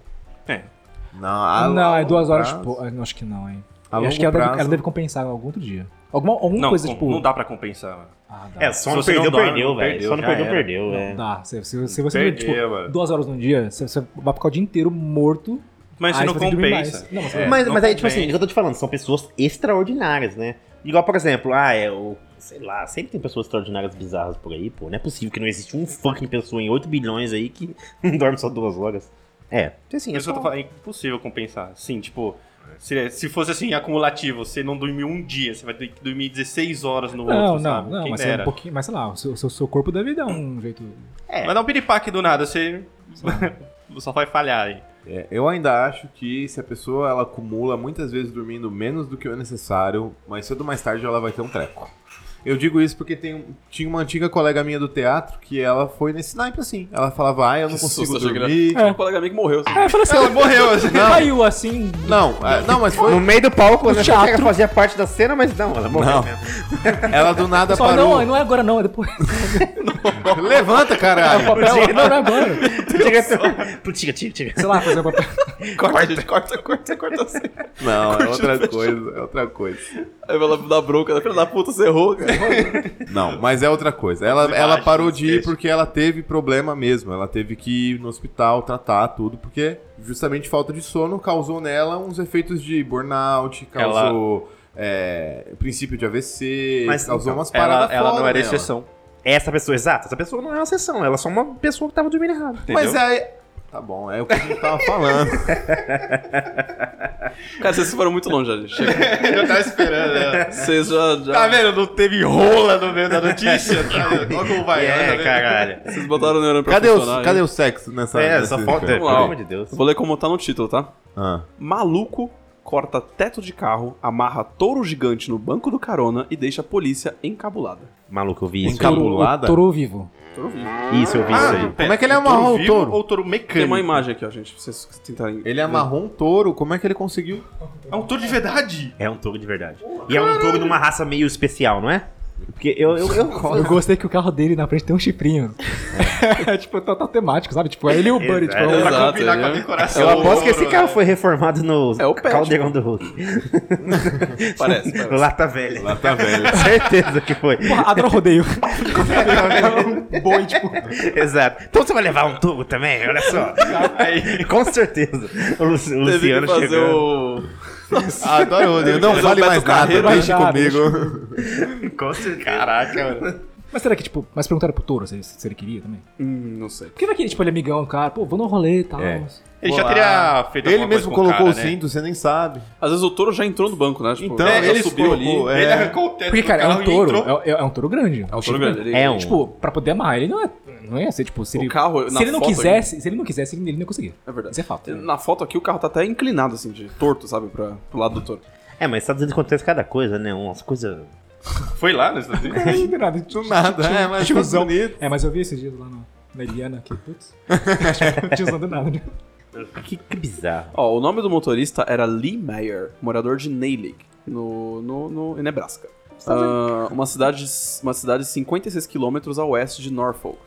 Speaker 2: Não, a
Speaker 6: não, é
Speaker 2: longo
Speaker 6: duas horas,
Speaker 2: prazo.
Speaker 6: tipo. ah, Não, acho que não, hein.
Speaker 2: A
Speaker 6: Eu
Speaker 2: longo
Speaker 6: acho que é ela deve,
Speaker 2: prazo.
Speaker 6: ela deve compensar algum outro dia. Alguma, alguma
Speaker 5: Não,
Speaker 6: coisa,
Speaker 5: com-
Speaker 6: tipo.
Speaker 5: não dá pra compensar, mano.
Speaker 6: Ah, dá.
Speaker 3: É, só
Speaker 5: Se
Speaker 3: não
Speaker 5: você não
Speaker 3: perdeu,
Speaker 5: dorme,
Speaker 3: perdeu,
Speaker 5: não
Speaker 3: velho.
Speaker 5: perdeu,
Speaker 3: Só não
Speaker 5: já
Speaker 3: perdeu,
Speaker 5: era.
Speaker 3: perdeu.
Speaker 6: Não
Speaker 3: é.
Speaker 6: dá. Se, se, se você
Speaker 5: Perdeu,
Speaker 6: tipo,
Speaker 5: é, mano.
Speaker 6: duas horas num dia, você, você vai ficar o dia inteiro morto.
Speaker 5: Mas você
Speaker 6: aí
Speaker 5: não
Speaker 6: vai ter que dormir
Speaker 5: compensa.
Speaker 6: mais. Não, mas
Speaker 5: É.
Speaker 3: Mas,
Speaker 5: não
Speaker 3: mas aí, tipo
Speaker 5: compensa.
Speaker 3: assim, é o que eu tô te falando, são pessoas extraordinárias, né? Igual, por exemplo, ah, é o. Sei lá, sempre tem pessoas extraordinárias bizarras por aí, pô. Não é possível que não existe um fucking pessoa em 8 bilhões aí que não dorme só duas horas. É, assim,
Speaker 5: Por
Speaker 3: é
Speaker 5: isso que eu tô
Speaker 3: só...
Speaker 5: falando, é impossível compensar. Sim, tipo, se, se fosse assim, acumulativo, você não dormiu um dia, você vai ter que dormir 16 horas no
Speaker 6: não,
Speaker 5: outro,
Speaker 6: não,
Speaker 5: sabe?
Speaker 6: não,
Speaker 5: Quem
Speaker 6: mas é
Speaker 5: dera.
Speaker 6: um pouquinho. Mas sei lá, o seu, seu, seu corpo deve dar um jeito.
Speaker 3: É.
Speaker 5: Mas dá um piripaque do nada, você só vai falhar aí.
Speaker 2: É, eu ainda acho que se a pessoa ela acumula muitas vezes dormindo menos do que o necessário, mais cedo ou mais tarde ela vai ter um treco. Eu digo isso porque tem, um- tinha uma antiga colega minha do teatro que ela foi nesse naipe assim. Ela falava, ah, eu não
Speaker 1: Que
Speaker 2: consigo
Speaker 1: susto, achei que era-
Speaker 2: dormir.
Speaker 1: Tinha um colega meu que morreu. assim.
Speaker 6: É, fala assim, ela
Speaker 5: morreu, assim.
Speaker 6: Não. Caiu assim.
Speaker 2: Não, é, não, mas foi.
Speaker 3: No meio do palco,
Speaker 6: No
Speaker 3: né?
Speaker 6: teatro.
Speaker 3: Teatro. Ela fazia parte da cena, mas não, ela morreu
Speaker 2: Não.
Speaker 3: mesmo.
Speaker 2: Ela do nada
Speaker 6: Só
Speaker 2: parou.
Speaker 6: não, não é agora não, é depois.
Speaker 2: Levanta, caralho!
Speaker 6: Papel, não, não é agora.
Speaker 3: Tira, tira, tira, tira.
Speaker 6: Sei lá, fazer o papel.
Speaker 5: Corta, corta, corta, corta assim.
Speaker 2: Não, é outra coisa, é outra coisa.
Speaker 1: Aí vai lá dar bronca, né? filha da puta, você errou, cara.
Speaker 2: Não, mas é outra coisa. Ela,
Speaker 5: Imagens,
Speaker 2: ela parou de ir
Speaker 5: esquece.
Speaker 2: porque ela teve problema mesmo. Ela teve que ir no hospital tratar tudo, porque justamente falta de sono causou nela uns efeitos de burnout, causou é, princípio de AVC,
Speaker 3: Mas,
Speaker 2: causou
Speaker 3: então,
Speaker 2: umas
Speaker 5: Ela,
Speaker 2: paradas
Speaker 5: ela
Speaker 2: foda
Speaker 5: não era
Speaker 2: nela.
Speaker 5: exceção.
Speaker 3: é Essa pessoa, exato, essa pessoa não é uma exceção, ela é só uma pessoa que tava dormindo errado.
Speaker 2: Mas aí... Tá bom, é o que a gente tava falando.
Speaker 1: Cara, vocês foram muito longe, gente. Chega.
Speaker 5: Eu tava esperando, né?
Speaker 1: Vocês já, já-
Speaker 5: Tá vendo? Não teve rola no meio da notícia. Tá vendo? Olha como vai.
Speaker 3: é,
Speaker 5: né?
Speaker 3: caralho.
Speaker 1: Vocês botaram o neurônio pra
Speaker 2: cadê,
Speaker 1: funcionar.
Speaker 2: o,
Speaker 1: hein?
Speaker 2: cadê o sexo nessa...
Speaker 3: É,
Speaker 2: nesse-
Speaker 3: só falta,
Speaker 2: Peraí.
Speaker 3: pelo amor de Deus.
Speaker 1: Vou ler como tá no título, tá?
Speaker 2: Ah.
Speaker 1: Maluco corta teto de carro, amarra touro gigante no banco do carona e deixa a polícia encabulada.
Speaker 3: Maluco, eu vi isso.
Speaker 2: Encabulou. Cabulada?
Speaker 6: O touro vivo.
Speaker 3: Isso,
Speaker 5: Ah,
Speaker 3: eu vi isso aí.
Speaker 2: Como é que ele amarrou o
Speaker 5: vivo
Speaker 2: touro?
Speaker 5: Ou touro
Speaker 1: Tem uma
Speaker 5: mecânico?
Speaker 1: imagem aqui, ó, gente, pra vocês tentarem.
Speaker 2: Ele amarrou um touro, como é que ele conseguiu?
Speaker 5: É um touro de verdade.
Speaker 3: É um touro de verdade. E é um touro numa raça meio especial, não é? Porque eu. eu, eu-
Speaker 6: Eu gostei que o carro dele na frente tem um chifrinho. É, tipo, tá, tá temático, sabe? Tipo, é ele e o Buddy. Tipo,
Speaker 3: Exato.
Speaker 5: Pra
Speaker 1: Exato,
Speaker 5: combinar
Speaker 1: ele
Speaker 5: com
Speaker 1: é-
Speaker 5: a decoração.
Speaker 3: eu
Speaker 5: do
Speaker 3: aposto que esse
Speaker 5: touro,
Speaker 3: carro
Speaker 5: né?
Speaker 3: foi reformado no
Speaker 1: É o pet.
Speaker 3: caldeirão do Hulk.
Speaker 1: Parece,
Speaker 3: O
Speaker 1: parece.
Speaker 3: Lata Velha.
Speaker 2: Lá tá velho.
Speaker 3: Certeza que foi.
Speaker 6: porra, adoro rodeio.
Speaker 3: um boi, tipo. Exato. Então você vai levar um tubo também? Olha só. Aí, com certeza. O Luci- o
Speaker 1: Teve
Speaker 3: Luciano
Speaker 1: que fazer
Speaker 3: chegou.
Speaker 1: o.
Speaker 2: Adoro o Rodrigo. Não
Speaker 1: Fazer o
Speaker 2: vale
Speaker 1: Beto
Speaker 2: mais nada,
Speaker 1: Carreiro,
Speaker 2: deixe
Speaker 6: né?
Speaker 2: comigo.
Speaker 3: Com certeza. Caraca, mano.
Speaker 6: Mas será que, tipo, mas perguntaram pro touro se, ele- se ele queria também?
Speaker 1: Hum, não sei.
Speaker 6: Porque vai que ele, tipo, ele é amigão do cara, pô, vou no rolê e tal.
Speaker 2: É.
Speaker 5: Ele já teria feito
Speaker 2: Ele
Speaker 5: alguma
Speaker 2: mesmo
Speaker 5: coisa com
Speaker 2: colocou o
Speaker 5: cara, né?
Speaker 2: cinto, você nem sabe.
Speaker 1: Às vezes o touro já entrou no banco, né? Tipo,
Speaker 2: Então,
Speaker 1: já
Speaker 2: ele
Speaker 1: subiu
Speaker 2: colocou,
Speaker 1: ali.
Speaker 2: é.
Speaker 5: Ele arrancou o teto
Speaker 6: Porque,
Speaker 5: do
Speaker 6: cara, é
Speaker 5: carro
Speaker 6: um
Speaker 5: e
Speaker 6: touro.
Speaker 5: entrou.
Speaker 6: É, é- é um touro grande.
Speaker 1: É um touro grande. Ele...
Speaker 3: É um.
Speaker 6: Tipo, pra poder amarrar ele não é. Não ia ser, tipo, se
Speaker 1: O
Speaker 6: ele.
Speaker 1: carro, na
Speaker 6: se ele não
Speaker 1: foto
Speaker 6: quisesse, se ele não quisesse, ele ele não conseguia.
Speaker 1: É verdade.
Speaker 6: Isso é fato.
Speaker 1: Na foto aqui, o carro tá até inclinado, assim, de torto, sabe? Pra, pro lado do touro.
Speaker 3: É, mas Estados Unidos acontece cada coisa, né? Umas coisas.
Speaker 6: um-
Speaker 5: Foi lá nos Estados Unidos.
Speaker 6: Do nada, do
Speaker 2: nada, é, mas tá bonito.
Speaker 6: É, mas eu vi esses dias lá no, na Eliana, que putz. tiozão do nada. né?
Speaker 3: Que, que bizarro.
Speaker 1: Ó, o nome do motorista era Lee Meyer, morador de Nalig, no, no, no, em Nebraska. Ah, uma, cidade, uma cidade de 56 quilômetros a oeste de Norfolk.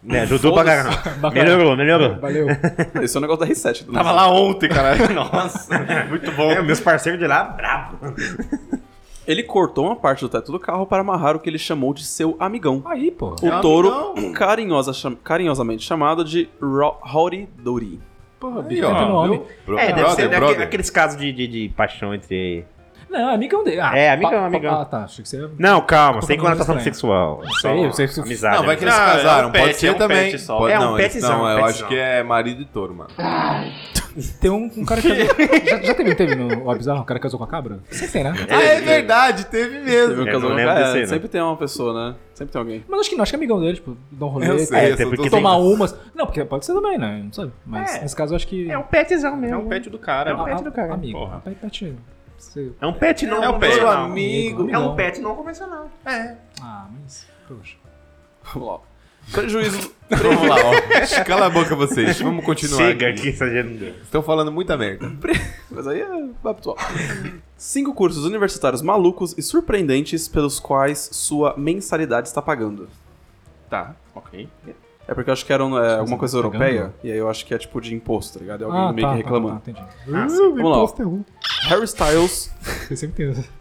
Speaker 3: Né, ajudou pra
Speaker 1: Foda-se.
Speaker 3: caramba. Melhorou, melhorou.
Speaker 6: Valeu.
Speaker 1: Esse é um negócio da R7. do
Speaker 5: Tava
Speaker 1: Luiz.
Speaker 5: lá ontem, cara. Nossa, muito bom.
Speaker 3: É, meus parceiros de lá, brabo.
Speaker 1: Ele cortou uma parte do teto do carro para amarrar o que ele chamou de seu amigão.
Speaker 6: Aí, pô.
Speaker 1: O
Speaker 2: É
Speaker 1: touro,
Speaker 2: amigão.
Speaker 1: carinhosa cham- carinhosamente chamado de Ro- Howdy Dory.
Speaker 6: Porra,
Speaker 2: Aí,
Speaker 6: bicho,
Speaker 2: ó,
Speaker 6: tá tendo
Speaker 2: viu?
Speaker 6: homem.
Speaker 2: Bro-
Speaker 3: É, deve
Speaker 2: brother,
Speaker 3: ser daque-
Speaker 2: brother.
Speaker 3: aqueles casos de, de, de paixão entre.
Speaker 6: Não, amigão dele. Ah,
Speaker 3: É, amigão,
Speaker 6: pa- pa-
Speaker 3: amigão.
Speaker 6: Ah, tá. Achei que você ia.
Speaker 3: Não, calma,
Speaker 6: Tô
Speaker 3: sem
Speaker 6: falando
Speaker 3: conotação
Speaker 6: estranho.
Speaker 3: sexual. Só
Speaker 6: aí, eu sei que você-
Speaker 3: Amizade. né? Ah,
Speaker 2: Não, vai que eles
Speaker 5: Não, é um
Speaker 2: casaram,
Speaker 5: pet,
Speaker 2: pode ser
Speaker 5: é um
Speaker 2: também.
Speaker 5: pet só.
Speaker 2: Pode-
Speaker 3: É um
Speaker 2: não, eles-
Speaker 3: petzão,
Speaker 2: Não,
Speaker 3: um
Speaker 2: eu acho
Speaker 3: petzão.
Speaker 2: que é marido e touro, mano.
Speaker 6: Tem um, um cara que. casou- já, já teve, teve no Ó Bizarro? Um cara que casou com a cabra? Você tem, né?
Speaker 2: Ah, é verdade, teve mesmo.
Speaker 1: Teve um
Speaker 3: não
Speaker 1: casal-
Speaker 3: lembro
Speaker 1: é,
Speaker 3: desse aí, não.
Speaker 1: sempre tem uma pessoa, né? Sempre tem alguém.
Speaker 6: Mas acho que não, acho que é amigão dele, tipo, dá um rolê.
Speaker 2: Eu
Speaker 6: tá?
Speaker 2: sei,
Speaker 3: até
Speaker 2: eu
Speaker 3: é, porque
Speaker 2: sou
Speaker 6: Tomar
Speaker 2: todo-
Speaker 6: umas. Não, porque pode ser também, né? Não sabe. Mas
Speaker 3: É.
Speaker 6: nesse caso eu acho que.
Speaker 3: É um petzão
Speaker 5: É
Speaker 3: mesmo.
Speaker 5: um pet do cara.
Speaker 6: É um
Speaker 5: mano.
Speaker 6: pet do cara. Amigo.
Speaker 5: Porra.
Speaker 6: É um pet- pet- você-
Speaker 3: É um pet não
Speaker 5: É um pet,
Speaker 3: convencional.
Speaker 2: não. Amigo.
Speaker 3: É um pet não convencional.
Speaker 6: Ah, mas. Poxa.
Speaker 1: Vamos lá. ó. Prejuízo.
Speaker 2: Vamos lá, ó. Cala a boca vocês, vamos continuar
Speaker 3: Chega
Speaker 2: aqui.
Speaker 3: aqui, essa gente.
Speaker 2: Estão falando muita merda.
Speaker 1: Mas aí é babitual. Cinco cursos universitários malucos e surpreendentes pelos quais sua mensalidade está pagando.
Speaker 5: Tá, ok.
Speaker 1: É porque eu acho que era um, é, alguma coisa
Speaker 6: tá pagando?
Speaker 1: europeia, e aí eu acho que é tipo de imposto, tá ligado? É alguém
Speaker 6: Ah,
Speaker 1: meio
Speaker 6: tá,
Speaker 1: que
Speaker 6: tá,
Speaker 1: reclamando. Ah,
Speaker 6: tá, entendi.
Speaker 1: Vamos lá. ó.
Speaker 6: Imposto é ruim.
Speaker 1: Harry Styles,
Speaker 6: Eu sempre tenho essa.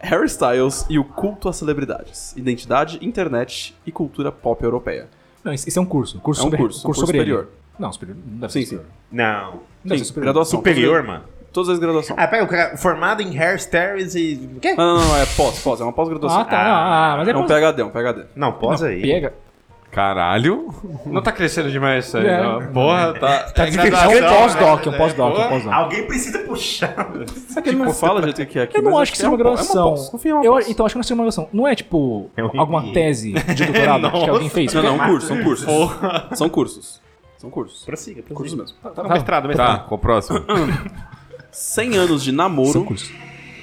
Speaker 1: Harry Styles e o culto às celebridades. Identidade, internet e cultura pop europeia.
Speaker 6: Não, isso isso é um curso. curso
Speaker 1: É um
Speaker 6: sobre-
Speaker 1: curso, um curso
Speaker 6: sobre ele.
Speaker 1: superior.
Speaker 6: Não, superior. Não deve
Speaker 1: Sim,
Speaker 6: ser superior.
Speaker 3: Não.
Speaker 6: Não deve ser
Speaker 1: Sim,
Speaker 6: superior.
Speaker 1: graduação.
Speaker 3: Superior, mano.
Speaker 1: Todas- Todas as graduação.
Speaker 3: Ah, pega o cara formado em hairstyles e. O quê?
Speaker 1: Não, não, não, é pós, pós, é uma pós-graduação.
Speaker 6: Ah, tá. Ah, mas é
Speaker 1: É um
Speaker 6: pós-
Speaker 1: PHD, um PHD.
Speaker 3: Não, posa aí.
Speaker 6: Pega.
Speaker 2: Caralho.
Speaker 5: Não tá crescendo demais isso aí.
Speaker 6: É.
Speaker 5: não. Porra, tá.
Speaker 6: Tá
Speaker 5: é
Speaker 6: dizendo que
Speaker 5: graduação,
Speaker 6: é um pós-doc,
Speaker 5: né?
Speaker 6: um pós-doc, um pós-doc.
Speaker 3: Alguém precisa puxar.
Speaker 1: Será que ele não fala do jeito que é aqui?
Speaker 6: Eu não
Speaker 1: mas
Speaker 6: acho que seja uma
Speaker 1: É
Speaker 6: graduação.
Speaker 1: uma pós, no fim é uma
Speaker 6: Eu-
Speaker 1: pós.
Speaker 6: Então acho que não seja uma graduação. Não é tipo
Speaker 3: É um
Speaker 6: alguma
Speaker 3: MBA.
Speaker 6: tese de doutorado que alguém fez.
Speaker 1: Não, não, é um curso, são cursos. São cursos. São cursos.
Speaker 3: Prossiga,
Speaker 1: Cursos
Speaker 3: prossiga.
Speaker 1: mesmo.
Speaker 5: Tá, mestrado,
Speaker 2: Tá,
Speaker 5: mestrado.
Speaker 2: qual o próximo?
Speaker 1: 100 anos de namoro,
Speaker 6: São cursos.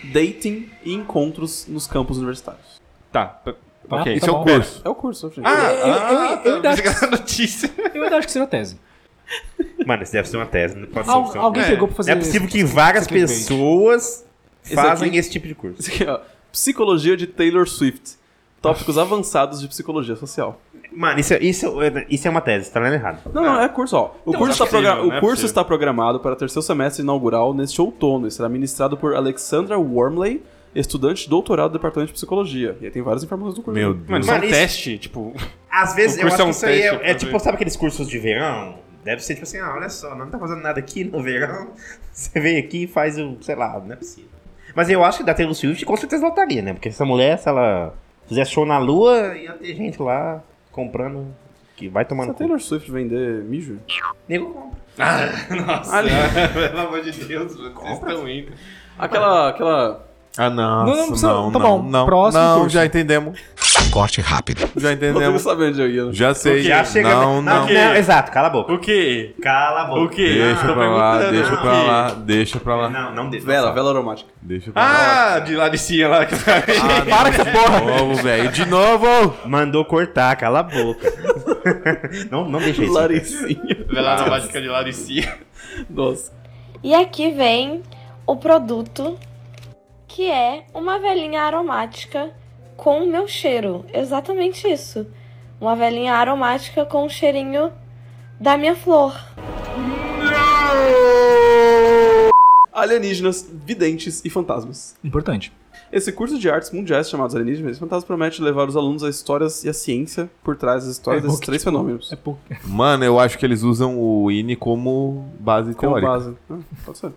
Speaker 1: dating e encontros nos campos universitários.
Speaker 5: Tá. p- Ok.
Speaker 2: Isso é
Speaker 6: bom.
Speaker 2: o curso.
Speaker 1: É o curso, gente.
Speaker 5: Ah,
Speaker 6: eu- eu-
Speaker 5: ah,
Speaker 6: eu ainda
Speaker 5: tá.
Speaker 6: acho que-
Speaker 5: Pensei que era notícia.
Speaker 6: Eu ainda acho que seja tese.
Speaker 3: Mano, isso deve ser uma tese. Não pode ser
Speaker 6: Al-
Speaker 3: opção.
Speaker 6: alguém
Speaker 5: É.
Speaker 6: pegou pra fazer.
Speaker 3: É possível que várias pessoas fazem
Speaker 1: aqui-
Speaker 3: esse tipo de curso.
Speaker 1: Isso aqui, ó. Psicologia de Taylor Swift. Tópicos avançados de psicologia social.
Speaker 3: Mano, isso, é- isso, é- isso é uma tese, você tá lendo errado.
Speaker 1: Não, não, é curso, ó. O curso,
Speaker 5: Não, não é
Speaker 1: está progra-
Speaker 5: possível, não é
Speaker 1: o curso
Speaker 5: possível.
Speaker 1: está programado para terceiro semestre inaugural neste outono e será ministrado por Alexandra Wormley, estudante de doutorado do Departamento de Psicologia. E aí tem várias informações do curso.
Speaker 2: Meu Deus.
Speaker 5: Mano, isso é um
Speaker 3: Mano, isso-
Speaker 5: teste, tipo.
Speaker 3: Às vezes,
Speaker 5: O
Speaker 3: eu acho
Speaker 5: curso
Speaker 3: que
Speaker 5: é um
Speaker 3: isso aí
Speaker 5: teste pra
Speaker 3: é, é
Speaker 5: ver.
Speaker 3: tipo, sabe aqueles cursos de verão? Deve ser tipo assim, ah, olha só, não tá fazendo nada aqui no verão. Você vem aqui e faz o, sei lá, não é possível. Mas eu acho que da Taylor Swift com certeza lotaria, né? Porque essa mulher, se ela fizesse show na lua, ia ter gente lá comprando, que vai
Speaker 1: Se
Speaker 3: tomando
Speaker 1: a Taylor Swift vender mijo?
Speaker 3: Nego compra.
Speaker 5: Nossa,
Speaker 1: Ali.
Speaker 5: pelo amor de Deus, vocês estão indo.
Speaker 1: Aquela, aquela...
Speaker 2: Ah, não.
Speaker 6: Não, não
Speaker 2: Não,
Speaker 6: precisa-
Speaker 2: não,
Speaker 6: tá bom,
Speaker 2: não.
Speaker 6: próximo
Speaker 2: Não,
Speaker 6: curso.
Speaker 2: já entendemos.
Speaker 9: Corte rápido.
Speaker 2: Já
Speaker 1: Eu não
Speaker 2: entendemos.
Speaker 1: sabia onde eu ia.
Speaker 2: Já sei.
Speaker 3: Já chega.
Speaker 2: Não,
Speaker 3: Ah,
Speaker 2: não.
Speaker 5: Ok.
Speaker 3: exato, cala a boca.
Speaker 5: O quê?
Speaker 3: Cala a boca.
Speaker 5: O quê? Ah,
Speaker 2: Deixa
Speaker 5: Tô
Speaker 2: pra lá,
Speaker 5: perguntando,
Speaker 2: deixa
Speaker 5: o
Speaker 2: pra
Speaker 5: quê?
Speaker 2: lá, deixa pra lá.
Speaker 3: Não, não deixa.
Speaker 1: Vela, vela aromática.
Speaker 2: Deixa pra lá.
Speaker 5: Ah, de lá de cima lá que tá
Speaker 2: Para com essa porra! De novo, velho. De novo!
Speaker 3: Mandou cortar, cala a boca. não, não deixa isso.
Speaker 1: Laricinha.
Speaker 5: Velada mágica de Ah, lá de cima.
Speaker 1: Nossa.
Speaker 10: E aqui vem o produto que é uma velhinha aromática com o meu cheiro. Exatamente isso. Uma velhinha aromática com o cheirinho da minha flor.
Speaker 1: Alienígenas, videntes e fantasmas.
Speaker 6: Importante.
Speaker 1: Esse curso de artes mundiais chamados Alienígenas e Fantasmas promete levar os alunos a histórias e a ciência por trás das histórias
Speaker 6: É,
Speaker 1: desses
Speaker 6: bom que,
Speaker 1: três
Speaker 6: tipo,
Speaker 1: fenômenos.
Speaker 6: É pouco.
Speaker 2: Mano, eu acho que eles usam o INE como base
Speaker 1: Como
Speaker 2: teórica.
Speaker 1: base. Ah, pode ser.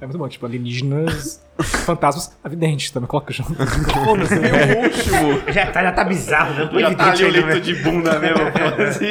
Speaker 6: É muito bom, tipo, alienígenas, fantasmas, avidentes também, coloca junto.
Speaker 5: É
Speaker 1: E o último...
Speaker 3: Já tá, já tá bizarro, né?
Speaker 5: Já tá ali o
Speaker 3: Evidente
Speaker 5: leito
Speaker 3: ainda,
Speaker 5: de bunda mesmo. foda-se.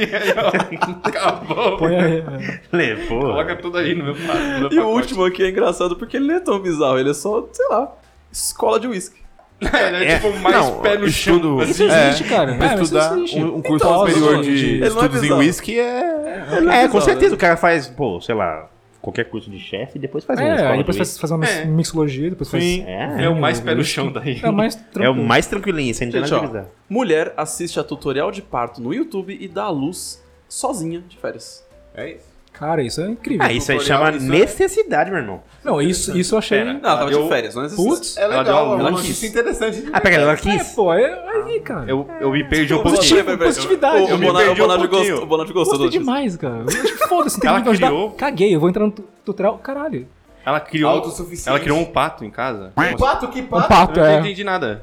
Speaker 5: Acabou.
Speaker 6: Põe aí, é.
Speaker 3: né? Levou.
Speaker 5: Coloca tudo aí no meu pa- no meu
Speaker 1: E o
Speaker 5: pacote.
Speaker 1: último aqui é engraçado porque ele não é tão bizarro, ele é só, sei lá, escola de uísque.
Speaker 5: É, né,
Speaker 2: É,
Speaker 5: tipo, mais
Speaker 2: não,
Speaker 5: pé no
Speaker 2: estudo-
Speaker 5: chão. Assim.
Speaker 2: É,
Speaker 6: Existe, cara.
Speaker 2: Pra
Speaker 6: É, mas
Speaker 2: estudar
Speaker 6: isso existe.
Speaker 2: um, um curso
Speaker 1: Então,
Speaker 2: superior
Speaker 1: assim,
Speaker 2: de
Speaker 1: ele não é
Speaker 2: estudos em
Speaker 1: bizarro.
Speaker 2: whisky é...
Speaker 3: É, com certeza. O cara faz, pô, sei lá, qualquer curso de chefe e depois faz uma
Speaker 6: É,
Speaker 3: escola
Speaker 6: aí depois
Speaker 3: de
Speaker 6: faz, faz uma
Speaker 5: É.
Speaker 6: mixologia, depois
Speaker 2: Sim.
Speaker 3: É,
Speaker 5: É o mais pé no chão daí.
Speaker 6: faz. É o mais
Speaker 3: é o
Speaker 6: tranquilo.
Speaker 3: mais tranquilinho, você não tem
Speaker 1: Gente,
Speaker 3: nada de
Speaker 1: ó.
Speaker 3: bizarro.
Speaker 1: Mulher assiste a tutorial de parto no YouTube e dá à luz sozinha de férias.
Speaker 2: É isso.
Speaker 6: Cara, isso é incrível.
Speaker 3: Ah, isso aí
Speaker 2: tutorial,
Speaker 3: chama
Speaker 2: isso é-
Speaker 3: necessidade, meu irmão.
Speaker 6: não, isso, isso eu achei.
Speaker 5: Pera.
Speaker 1: Não, ela tava
Speaker 5: Ah, Eu-
Speaker 1: de férias, não existe.
Speaker 6: Putz.
Speaker 2: É
Speaker 5: Ela deu
Speaker 2: legal,
Speaker 5: aula,
Speaker 2: é uma
Speaker 1: ela
Speaker 2: notícia
Speaker 1: quis.
Speaker 2: interessante.
Speaker 3: Ah, pega ela
Speaker 6: É,
Speaker 3: quis.
Speaker 6: pô, é, aí, cara.
Speaker 5: Ah, Eu, eu me
Speaker 1: É,
Speaker 5: perdi um pouquinho.
Speaker 1: Positivo,
Speaker 6: positividade.
Speaker 1: O, o,
Speaker 5: me
Speaker 1: Bonar- o
Speaker 5: perdi um
Speaker 1: Bonardi
Speaker 5: pouquinho.
Speaker 1: gostou, o Bonardi
Speaker 6: Eu
Speaker 1: gostou
Speaker 6: Gostei
Speaker 1: do disco.
Speaker 6: demais, cara. Eu acho que Foda-se, não tem
Speaker 5: Ela
Speaker 6: ninguém pra
Speaker 5: criou-
Speaker 6: ajudar. Caguei, eu vou entrar no tu- tutorial. Caralho.
Speaker 5: Ela criou,
Speaker 2: Autossuficiente.
Speaker 5: ela criou um pato em casa.
Speaker 2: Um pato, que
Speaker 6: Um
Speaker 2: pato?
Speaker 6: pato,
Speaker 5: Eu não
Speaker 6: é.
Speaker 5: entendi nada.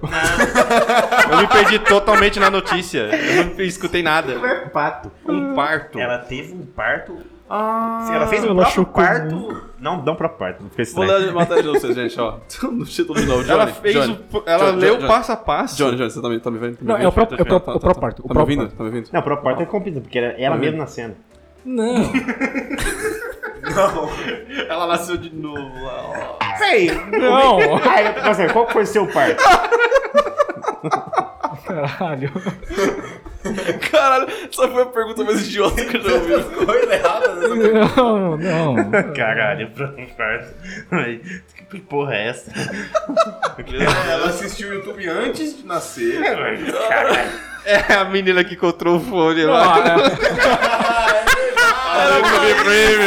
Speaker 5: eu me perdi totalmente na notícia. Eu não escutei nada.
Speaker 3: Um parto.
Speaker 5: Um parto.
Speaker 3: Ela teve um parto.
Speaker 5: Ah,
Speaker 3: ela fez o
Speaker 6: ela
Speaker 3: próprio
Speaker 6: chocou
Speaker 3: parto. Não, não o próprio parto. Não fica
Speaker 1: Vou
Speaker 3: estranho.
Speaker 1: ler a matéria de vocês, gente, ó. No título de novo, Johnny.
Speaker 5: ela fez
Speaker 1: Johnny.
Speaker 5: o. Ela
Speaker 1: Johnny,
Speaker 5: leu
Speaker 1: Johnny.
Speaker 5: passo a passo.
Speaker 1: Johnny, Johnny, você tá me, tá me vendo? Tá me
Speaker 6: Não, é
Speaker 1: vendo?
Speaker 6: o próprio- é o próprio-
Speaker 1: Tá-
Speaker 6: é o
Speaker 1: tá-
Speaker 6: próprio parto, o
Speaker 1: Tá me
Speaker 6: próprio
Speaker 1: ouvindo?
Speaker 6: parto.
Speaker 1: Tá me ouvindo?
Speaker 3: Não, o próprio parto é complicado, porque era
Speaker 6: Tá
Speaker 3: ela mesma nascendo.
Speaker 6: Não.
Speaker 5: Ela nasceu de novo.
Speaker 3: Sei!
Speaker 6: Não.
Speaker 3: Ah, eu- não sei, qual foi o seu parto?
Speaker 6: Caralho.
Speaker 1: Caralho, essa foi a pergunta mais idiota que eu já ouvi.
Speaker 6: Não, não.
Speaker 3: Caralho, próprio parto. Ai, Que porra é essa?
Speaker 2: Ela assistiu o YouTube antes de nascer.
Speaker 5: É a menina que encontrou o fone lá.
Speaker 6: Ah, é.
Speaker 5: Ela foi prêmio.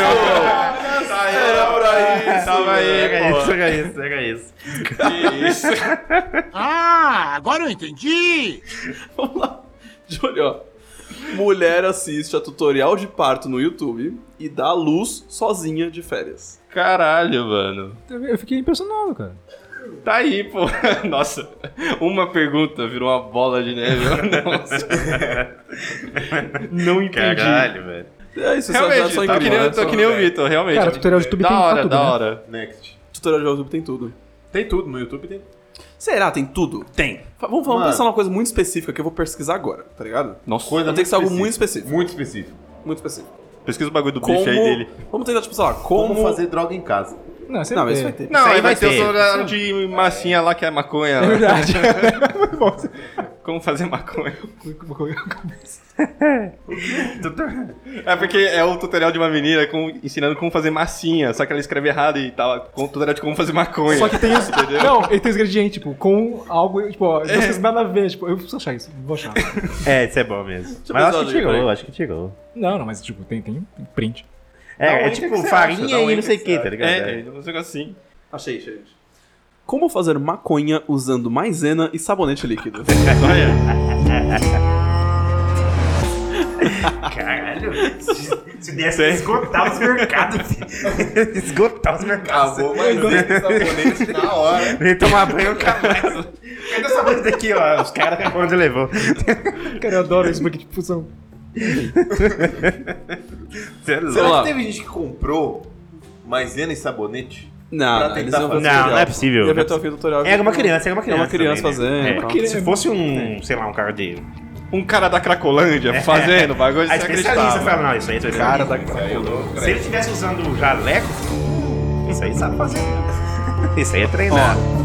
Speaker 2: Era pra isso.
Speaker 5: Tava aí,
Speaker 3: Pega
Speaker 5: pô.
Speaker 3: É isso, pega isso, pega isso.
Speaker 1: Vamos lá. Johnny, ó. Mulher assiste a tutorial de parto no YouTube e dá à luz sozinha de férias.
Speaker 5: Caralho, mano.
Speaker 6: Eu fiquei impressionado, cara.
Speaker 5: Tá aí, pô. Nossa, uma pergunta virou uma bola de neve. Nossa. Não entendi.
Speaker 3: Caralho, velho.
Speaker 1: É isso, essas
Speaker 5: Realmente,
Speaker 1: atividades são
Speaker 3: tá
Speaker 5: tô que
Speaker 1: incríveis.
Speaker 5: nem,
Speaker 1: né?
Speaker 5: tô que nem o Vitor, realmente.
Speaker 6: Cara, tutorial de YouTube
Speaker 5: da
Speaker 6: tem pra
Speaker 5: hora,
Speaker 6: tudo,
Speaker 5: da
Speaker 6: né?
Speaker 5: hora.
Speaker 2: Next.
Speaker 1: Tutorial de YouTube tem tudo.
Speaker 2: Tem tudo no YouTube, tem.
Speaker 1: Será? Tem tudo?
Speaker 5: Tem.
Speaker 1: Fa- Vamos, falar, vamos
Speaker 2: Mano.
Speaker 1: pensar numa coisa muito específica que eu vou pesquisar agora, tá ligado?
Speaker 5: Nossa,
Speaker 1: Tem que ser algo muito específico.
Speaker 2: Muito específico.
Speaker 1: Muito específico.
Speaker 5: pesquisa o bagulho do
Speaker 1: Como...
Speaker 5: bife aí dele.
Speaker 1: Vamos tentar, tipo, sei lá, como...
Speaker 2: Como fazer droga em casa.
Speaker 6: Não, você
Speaker 1: Não, mas
Speaker 6: é.
Speaker 1: isso vai ter.
Speaker 5: Não,
Speaker 3: Isso aí
Speaker 5: aí vai
Speaker 3: vai
Speaker 5: ter o
Speaker 3: ter.
Speaker 5: soldado de massinha lá que é maconha.
Speaker 6: É verdade.
Speaker 5: Como fazer maconha. É porque é o tutorial de uma menina com- ensinando como fazer massinha, só que ela escreve errado e tal. Com o tutorial de como fazer maconha.
Speaker 6: Só que tem os.
Speaker 5: Entendeu?
Speaker 6: Não, ele tem os ingredientes, tipo, com algo. Tipo, ó, vocês nada a ver. Tipo, eu preciso achar isso. Vou achar.
Speaker 3: É, isso é bom mesmo.
Speaker 1: eu
Speaker 3: Mas eu
Speaker 1: pensar
Speaker 3: acho que
Speaker 1: ali, peraí.
Speaker 3: tirou, acho que tirou.
Speaker 6: Não, não, mas tipo, tem, tem print.
Speaker 3: É,
Speaker 2: Dá um
Speaker 3: é
Speaker 2: enter que
Speaker 3: tipo
Speaker 2: você acha, dá
Speaker 3: farinha
Speaker 2: um
Speaker 3: e
Speaker 2: enter
Speaker 3: não sei o
Speaker 2: que
Speaker 3: que,
Speaker 2: você
Speaker 3: tá ligado?
Speaker 5: É, é, um negócio assim.
Speaker 1: Achei, achei. achei. Como fazer maconha usando maisena e sabonete líquido.
Speaker 5: Olha.
Speaker 3: Caralho, se, se desse pra esgotar os mercados, filho. esgotar os mercados.
Speaker 2: Acabou, mas eu dei sabonete na hora.
Speaker 3: Nem tomar banho nunca mais. Cadê essa coisa daqui, ó? Os caras acabam de levar.
Speaker 6: Cara, eu adoro tipo, esse banquete de fusão.
Speaker 2: Será
Speaker 1: Sei lá.
Speaker 2: que teve gente que comprou maisena e sabonete? Pra
Speaker 1: Não,
Speaker 2: tentar
Speaker 1: eles iam fazer
Speaker 2: fazer-
Speaker 3: Não, não é possível.
Speaker 1: Deve ter o tutorial.
Speaker 3: Era uma criança, era uma criança.
Speaker 1: Era uma criança
Speaker 3: também, né?
Speaker 1: fazendo.
Speaker 3: É,
Speaker 1: tal.
Speaker 6: criança.
Speaker 3: Se fosse um, sei lá, um cara de. Ah,
Speaker 5: Um cara da Cracolândia fazendo bagulho, você
Speaker 3: A especialista
Speaker 5: acreditava.
Speaker 3: fala, não, isso aí é
Speaker 1: Cara da
Speaker 3: Se ele estivesse usando o jaleco, isso aí sabe fazer. Isso aí é treinar.